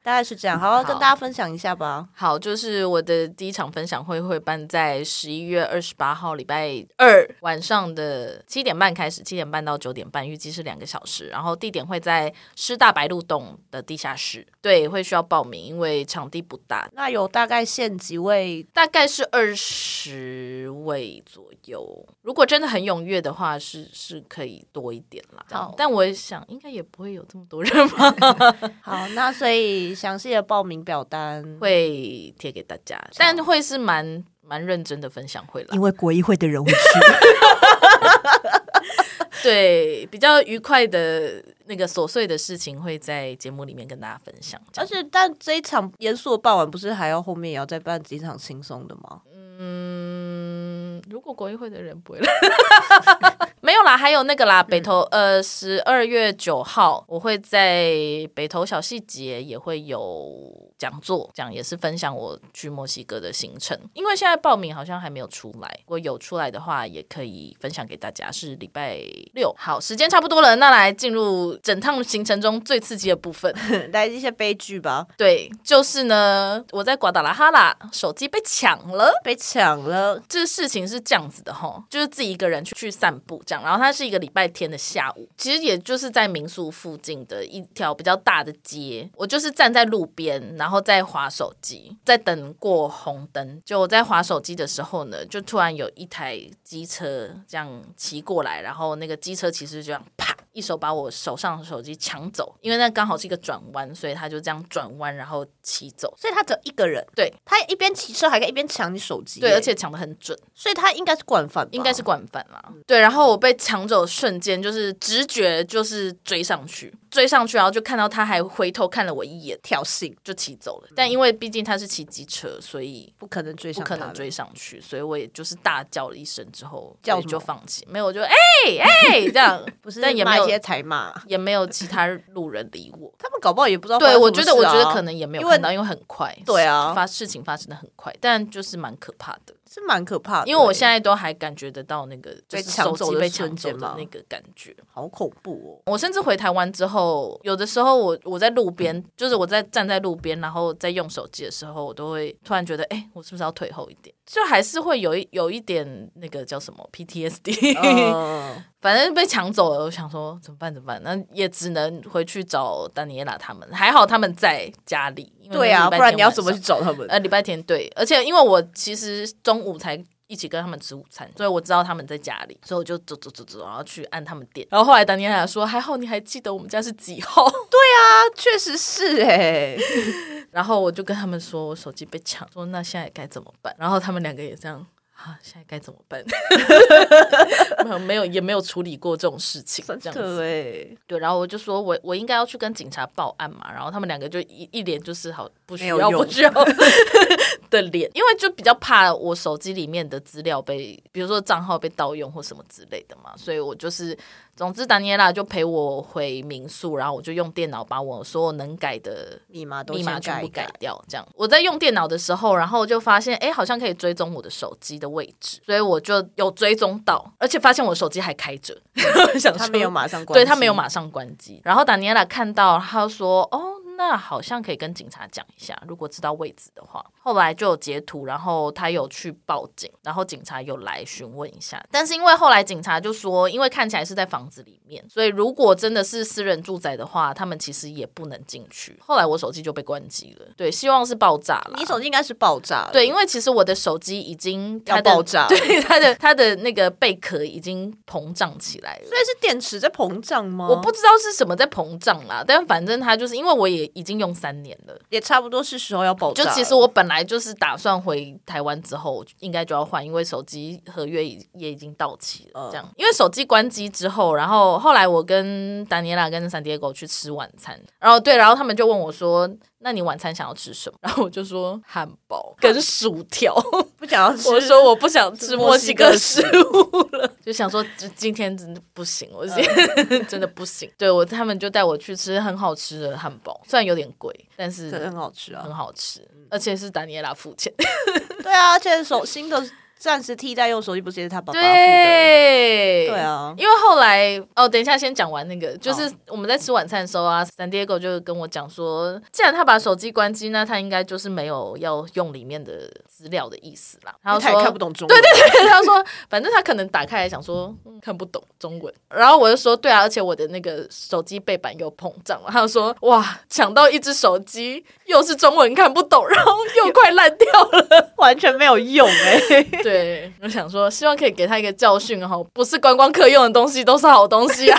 大概是这样，好好跟
好
大家分享一下吧。
好，就是我的第一场分享会会办在十一月二十八号礼拜二晚上的七点半开始，七点半到九点半，预计是两个小时。然后地点会在师大白鹿洞的地下室，对，会需要报名，因为场地不大，
那有大概限几位
大概是二十位左右。如果真的很踊跃的话，是是可以多一点啦。这样
好
但我想应该也不会有这么多人吧，
好，那所以详细的报名表单，
会贴给大家，但会是蛮。蛮认真的分享会啦
因。为国议会的人会去。
对，比较愉快的那个琐碎的事情会在节目里面跟大家分享。这
而
样
且，但这一场严肃的办完，不是还要后面也要再办几场轻松的吗？
嗯，如果国议会的人不会来， 没有啦，还有那个啦，北投呃，十二月九号我会在北投小细节也会有讲座，讲也是分享我去墨西哥的行程。因为现在报名好像还没有出来，如果有出来的话，也可以分享给大家。是礼拜六，好，时间差不多了，那来进入整趟行程中最刺激的部分。
来一些悲剧吧，
对，就是呢，我在瓜达拉哈拉手机被抢了。
被抢了，
这事情是这样子的哈，就是自己一个人去去散步这样，然后它是一个礼拜天的下午，其实也就是在民宿附近的一条比较大的街，我就是站在路边，然后在划手机，在等过红灯。就我在划手机的时候呢，就突然有一台机车这样骑过来，然后那个机车其实就这样啪。一手把我手上的手机抢走，因为那刚好是一个转弯，所以他就这样转弯，然后骑走。
所以他只有一个人，
对
他一边骑车还可以一边抢你手机耶，
对，而且抢的很准。
所以他应该是惯犯吧，
应该是惯犯啦。
嗯
对，然后我被抢走的瞬间，就是直觉就是追上去，追上去，然后就看到他还回头看了我一眼，
挑衅，
就骑走
嗯
了。但因为毕竟他是骑机车，所以。
不可能追
不
上，
可能追，上去，所以我也就是大叫了一声之后，
叫
我
什么
就放弃，没有，我就哎哎、这样，
不是，
但也没
骂一
有
些才骂，
也没有其他路人理我。
他们搞不好也 不知道发
对，
生
我
什么事
觉
啊，
得我觉得可能也没有
因为
看到，因为很快，
对啊
发事情发生的很快，但就是蛮可怕的。
是蛮可怕的，欸
因为我现在都还感觉得到那个就是
被抢
手机
走的
被
瞬
抢走
间
的
吗
那个感觉。
好恐 怖哦
我甚至回台湾之后，有的时候我我在路边，就是我在站在路边，然后在用手机的时候，我都会突然觉得，哎、我是不是要退后一点？就还是会有一有一点那个叫什么 PTSD，、
哦，嗯
反正被抢走了，我想说怎么办？怎么办？那也只能回去找丹尼拉他们，还好他们在家里。因为
对啊，
那是礼拜
不然
天
你要
晚
怎么
上
去找 他们？啊
呃，礼拜天对，而且因为我其实中午才一起跟他们吃午餐，所以我知道他们在家里，所以我就走走走走，然后去按他们店。然后后来当天还说，还好你还记得我们家是几号。
啊，确实是哎，
然后我就跟他们说我手机被抢，说那现在该怎么办？然后他们两个也这样。啊，现在该怎么办？ 没有，没有，也没有处理过这种事情，这样
真
子。
的哎，
对，然后我就说我我应该要去跟警察报案嘛，然后他们两个就一一脸就是好不需
没
要
有用
不 需要的脸，因为就比较怕我手机里面的资料被，比如说账号被盗用或什么之类的嘛，所以我就是，总之达尼拉就陪我回民宿，然后我就用电脑把我所有能改的
密码都
密
先
码全
改
部
一
改掉。这样，我在用电脑的时候，然后就发现，哎，好像可以追踪我的手机的位置，所以我就有追踪到，而且发现我手机还开着， 想
他
说
没有马上关 机，
对他没有马上关机。然后达尼拉看到，他就说：“哦，那好像可以跟警察讲一下，如果知道位置的话。”后来就有截图，然后他有去报警，然后警察有来询问一下。但是因为后来警察就说，因为看起来是在房子里面，所以如果真的是私人住宅的话，他们其实也不能进去。后来我手机就被关机了，对，希望是爆炸了。
你手机应该是爆炸了，
对，因为其实我的手机已经它
要
的
爆炸了
对它的它的那个贝壳已经膨胀起来了，
所以是电池在膨胀吗？
我不知道是什么在膨胀啦，但反正它就是因为我也已经用三年了，
也差不多是时候要爆炸
就
了。
其实我本来就是打算回台湾之后应该就要换，因为手机合约已也已经到期了，
嗯
这样。因为手机关机之后，然后后来我跟达尼拉跟三爹狗去吃晚餐，然后对，然后他们就问我说：“那你晚餐想要吃什么？”然后我就说汉堡跟薯条。
不想要吃，
我说 我不想吃
吃
墨
墨
西
西
哥
哥
食
食
物了，就想说这今天真的不行，我今
嗯
天 真的不行。对我他们就带我去吃很好吃的汉堡，虽然有点贵，但
真的
是
很好吃啊
很。好吃，而且是达尼拉付钱。
对啊，而且手新的暂时替代用手机不是也是他 爸爸付的？
对
对。啊，
因为后来哦，等一下先讲完那个，就是我们在吃晚餐的时候啊，三 Diego 就跟我讲说，既然他把手机关机，那他应该就是没有要用里面的资料的意思啦。然后
他也
说
看不懂中文，对 对
他说，反正他可能打开来想说、嗯看不懂中文，然后我就说对啊，而且我的那个手机背板又膨胀了。他就说哇，抢到一只手机，又是中文看不懂， 然后又快烂掉了。
对，完全没有用哎、
对，我想说，希望可以给他一个 教训哈，不是观光客用的东西都是好东西啊。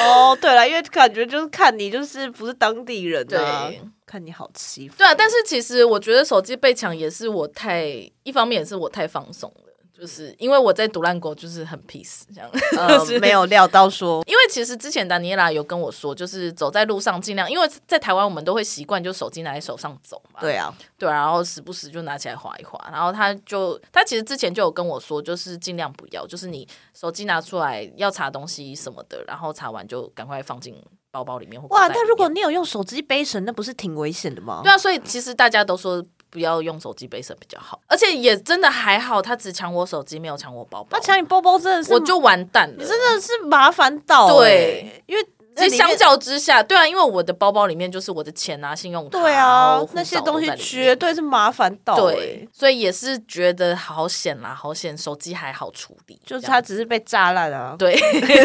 哦，对了，因为感觉就是看你就是不是当地人啊
对，
看你好欺负。
对啊，但是其实我觉得手机被抢也是我太，一方面也是我太放松了，就是因为我在独烂国就是很 peace 这样。
呃，没有料到说
因为其实之前达尼拉有跟我说，就是走在路上尽量，因为在台湾我们都会习惯就手机拿在手上走嘛，
对啊，
对啊，然后时不时就拿起来划一划，然后他就他其实之前就有跟我说，就是尽量不要，就是你手机拿出来要查东西什么的，然后查完就赶快放进包包里面或口袋
哇！
里
但如果
面
你有用手机背绳，那不是挺危险的吗？
啊对啊，所以其实大家都说。不要用手机背身比较好，而且也真的还好，他只抢我手机，没有抢我包包
那，抢你包包真的是，
我就完蛋了。
你真的是麻烦到
对
欸，因为
其实
那里
相
面
较之下，对啊，因为我的包包里面就是我的钱啊、信用卡、
对
然
啊
后，护
那些
照都
东西
在里
绝
面
对是麻烦到欸
对，所以也是觉得好险啦，好险，手机还好处理，
就是
这样
他只是被炸烂啊，
对。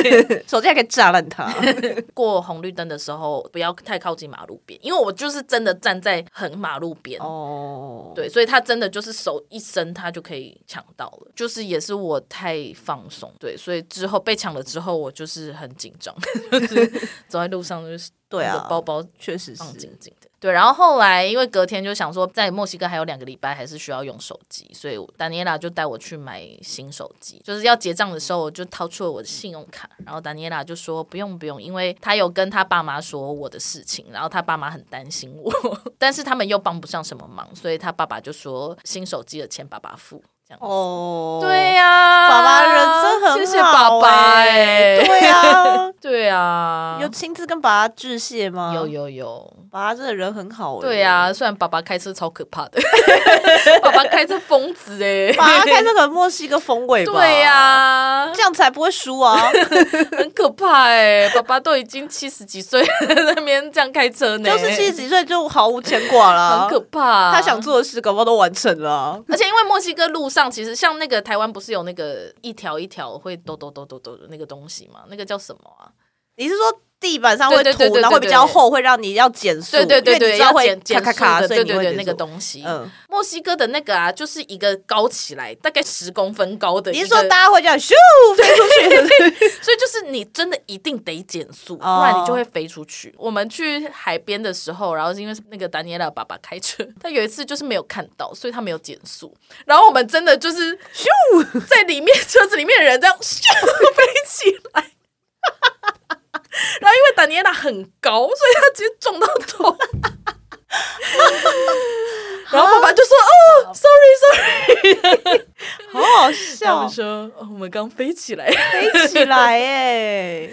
手机还可以炸烂他。
过红绿灯的时候不要太靠近马路边，因为我就是真的站在很马路边。
哦，
对，所以他真的就是手一伸，他就可以抢到了。就是也是我太放松，对，所以之后被抢了之后，我就是很紧张， 就是走在路上就是
对啊
我的包包
确实
放
是
紧。紧的。对，然后后来因为隔天就想说，在墨西哥还有两个礼拜还是需要用手机，所以达尼拉就带我去买新手机。就是要结账的时候，我就掏出了我的信用卡，然后达尼拉就说不用不用，因为他有跟他爸妈说我的事情，然后他爸妈很担心我， 但是他们又帮不上什么忙，所以他爸爸就说新手机的钱爸爸付，这样子。
哦，
对呀、
爸爸人真很好、
谢谢爸爸哎、
哎、对 啊，
对啊，
有亲自跟爸爸致谢吗？
有，有有，
爸爸真的人很好、哎
对啊，，虽然爸爸开车超可怕 的，爸爸开车疯子哎、
爸爸开这个墨西哥风味吧，
对啊呀、
这样才不会输 啊！
很可怕哎、爸爸都已经七十几岁了，在那边这样开车呢，
就是七十几岁就毫无牵挂啦，
很可怕。啊
他想，做的事，搞不好都完成了啊、
而且因为墨西哥路上其实像那个台湾不是有那个一条一条会抖抖抖抖抖的那个东西吗？那个叫什么啊？
你是说地板上会
对对对对
涂，然后会比较
对对对
厚，会让你要减速？
对对对
因为
对，
你知道
要
会
减
咔
减
咔
速
咔，
的，
所以
对
你
对
会
对，
减
那个
速
东西。
嗯，
墨西哥的那个啊，就是一个高起来大概十公分高的一
你
个。
是说大家会这 样咻飞出去？
所以就是你真的一定得减速，不
哦
然你就会飞出去。我们去海边的时候，然后是因为那个丹尼拉爸爸开车， 他有一次就是没有看到，所以他没有减速。然后我们真的就是咻，在里面车子里面的人这样咻飞起来。 然后因为丹尼拉很高，所以他直接撞到 头。然后爸爸就说：“哦，sorry，sorry。
好好”
他
笑
们，说：“哦，我们刚飞起来。”
飞起来哎、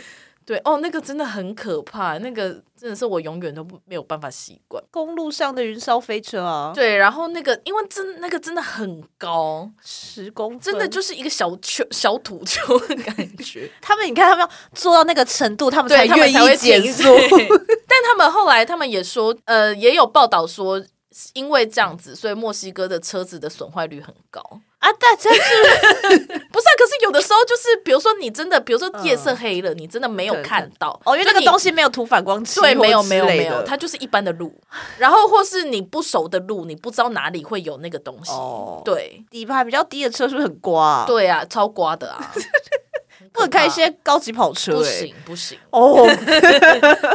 对哦，那个真的很可怕，那个真的是我永远都不没有办法习惯。
公路上的云霄飞车 啊，
对，然后那个因为真那个真的很高，
十公分
真的就是一个小球小土球的感 觉，
他们，你看他们要做到那个程度，他们
对他们
愿
才会
意
停
减
对
速。
但他们后来他们也说，呃，也有报道说。因为这样子，所以墨西哥的车子的损坏率很高。
啊！大家是
不是、啊，可是有的时候就是，比如说你真的，比如说夜色黑了，你真的没有
嗯对
看到，
哦，因为那
就
个
你
东西没有涂反光漆，
对，没有没有没有，它就是一般的路，然后或是你不熟的路，你不知道哪里会有那个东西，
哦
对
底盘比较低的车是不是很刮、啊？，
对啊，超刮的 啊，
不能开一些高级跑车、欸，
不行不行
哦，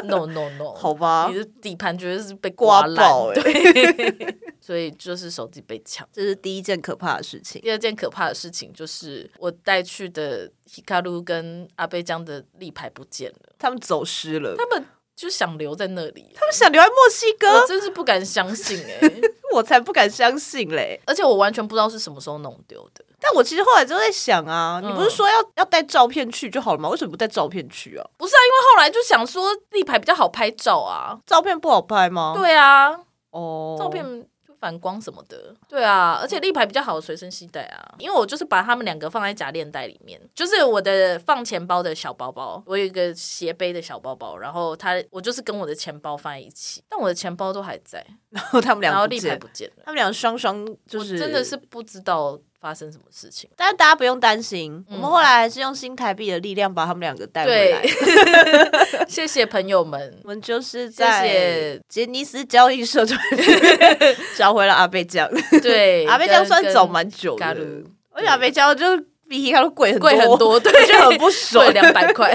，no no no，
好吧
你的底盘绝对是被
刮
烂，
爆欸哎、
对 所以就是手机被抢。
这是第一件可怕的事情。
第二件可怕的事情就是我带去的 Hikaru 跟阿贝江的立牌不见了，
他们走失了，
他们就想留在那里，
他们想留在墨西
我
哥，
真是不敢相信哎、
我才不敢相信嘞。
而且我完全不知道是什么时候弄丢的。
但我其实后来就在想啊，
嗯
你不是说要要带照片去就好了吗？为什么不带照片去啊？
不是啊，因为后来就想说立牌比较好拍照啊。
照片不好拍吗？，
对啊，
哦，
照片就反光什么的。对啊，而且立牌比较好随身携带啊。因为我就是把他们两个放在夹链袋里面，就是我的放钱包的小包包，我有一个斜背的小包包，然后它我就是跟我的钱包放在一起，但我的钱包都还在，
然后 他们
然后
俩不
立牌
见，
不见了，
他们俩双双就是
我真的是不知道发生什么事情。
但是大家不用担心，
嗯
我们后来还是用新台币的力量把他们两个带回
对
来。，
谢谢朋友们
我。们就是
谢
在
谢，
杰尼斯交易社团 找回了阿贝酱，
对，
阿贝酱
跟
算走蛮久
嘎
的
鲁，
而且阿贝酱就是比皮卡丘贵很
贵很，多，对，
我觉得 很不爽
贵，两百块。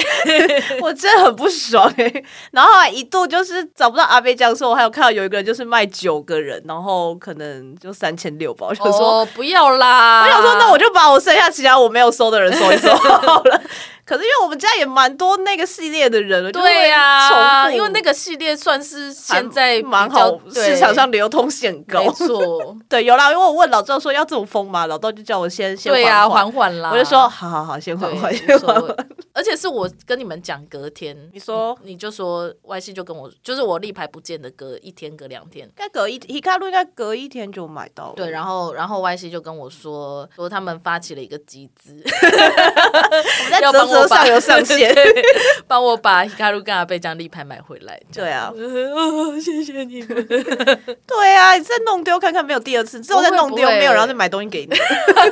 我真的很不爽哎、然后还一度就是找不到阿贝酱，说我还有看到有一个人就是卖九个人，然后可能就三千六吧，我想说。
哦，不要啦！
我想说，那我就把我剩下其他我没有收的人收一收 好了。可是因为我们家也蛮多那个系列的人了，就
对呀、
会重复
因为那个系列算是
还
现在
蛮
比较
好，市场上流通性很
对没
高。
错，
对，有啦，因为我问老赵说要这种风嘛，老赵就叫我先先
对呀、
缓
缓缓啦。
我就说好好好，先
对
缓缓，
无
先
所
缓缓。
谓，而且是我跟你们讲隔天，
你说
你就说 Y 系就跟我，就是我立牌不见的隔一天隔两天嗯
应。该隔一，皮卡路应该隔一天就买到了。
对，然后然后 Y C 就跟我说说他们发起了一个集 资，
我们在
要
泽
帮
泽
我把
上 游上线。
对帮我把 Hikaru 跟阿贝将立牌买回来。这样
对啊，
哦谢谢你们。
对啊，你再弄丢看看，没有第二次，之后再
不会
弄丢
不会
没有，然后再买东西给你。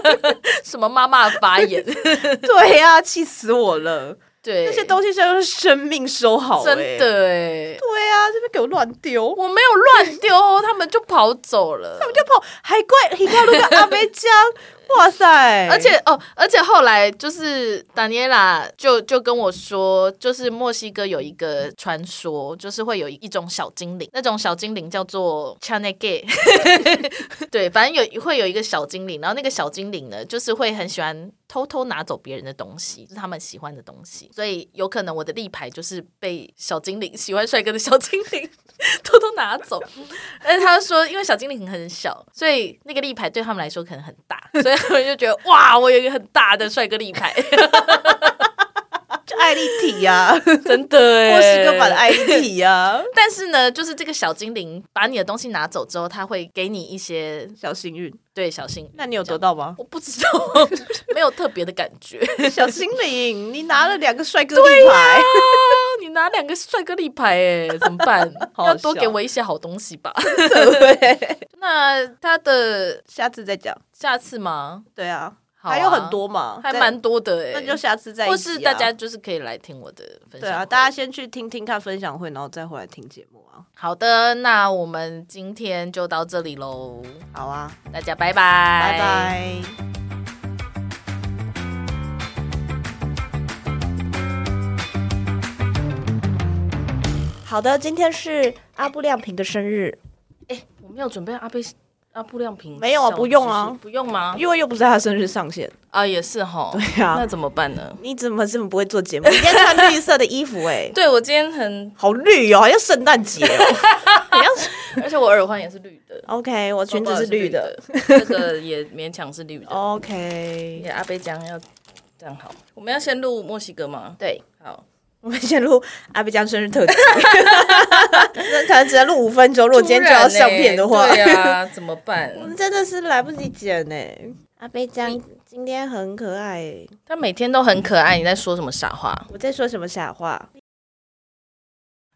什么妈妈发 言？
对啊，气死我了！
对，
这些东西真的是生命收好、欸，
真。的哎，
对啊，这边给我乱丢，
我没有乱丢，他们就跑走了。
我就跑，还怪你看那个阿梅江，哇塞！
而且哦，而且后来就是达尼拉就就跟我说，就是墨西哥有一个传说，就是会有一种小精灵，那种小精灵叫做 c h a n e g a y 对，反正有会有一个小精灵，然后那个小精灵呢，就是会很喜欢偷偷拿走别人的东西，就是他们喜欢的东西，所以有可能我的立牌就是被小精灵喜欢帅哥的小精灵 偷偷拿走。但是他说，因为小精灵很小，所以那个立牌对他们来说可能很大，所以他们就觉得哇，我有一个很大的帅哥立牌，
就艾丽体呀、啊，
真的耶
墨西哥版的艾丽体呀、啊，
但是呢，就是这个小精灵把你的东西拿走之后，他会给你一些
小幸运。
对小心，
那你有得到吗？
我不知道，没有特别的感觉。
小精灵，你拿了两个帅哥立牌，
你拿两个帅哥立牌哎，怎么办？
好
要多
笑
给我一些好东西吧。
对，
那他的
下次再讲。
下次吗？
对啊，
好啊
还有很，多嘛，
还
再
蛮多的哎。
那就下次再一
或
起
是
啊
大家就是可以来听我的分享会。
对啊，大家先去听听看分享会，然后再回来听节目啊。
好的，那我们今天就到这里喽，
好啊，
大家拜拜，
拜拜。好的，今天是阿布亮平的生日，
我没有准备阿贝阿布亮平，
没有啊不用啊
小知识不用吗？
因为又不是他生日上线。
啊，也是哈，
对啊
那怎么办呢？
你怎么这么不会做节目？你应该穿绿色的衣服哎、
对我今天很，
好绿哦，好像圣诞节哦。 好像是
而且我耳环也是绿的，
OK，我裙子是绿的。哦
包包也是绿的，这个也勉强是 绿的。
OK，
也阿贝讲要这样好，我们要先录墨西哥吗？
对，
好，
我们先录阿贝江生日特辑， 那可能只能录五分钟。如果今天就要上片的话，
突然欸对啊，怎么办？
我们真的是来不及剪欸呢。阿贝江今天很可爱欸，
他每天都很可爱，你在说什么傻话？
我在说什么傻话？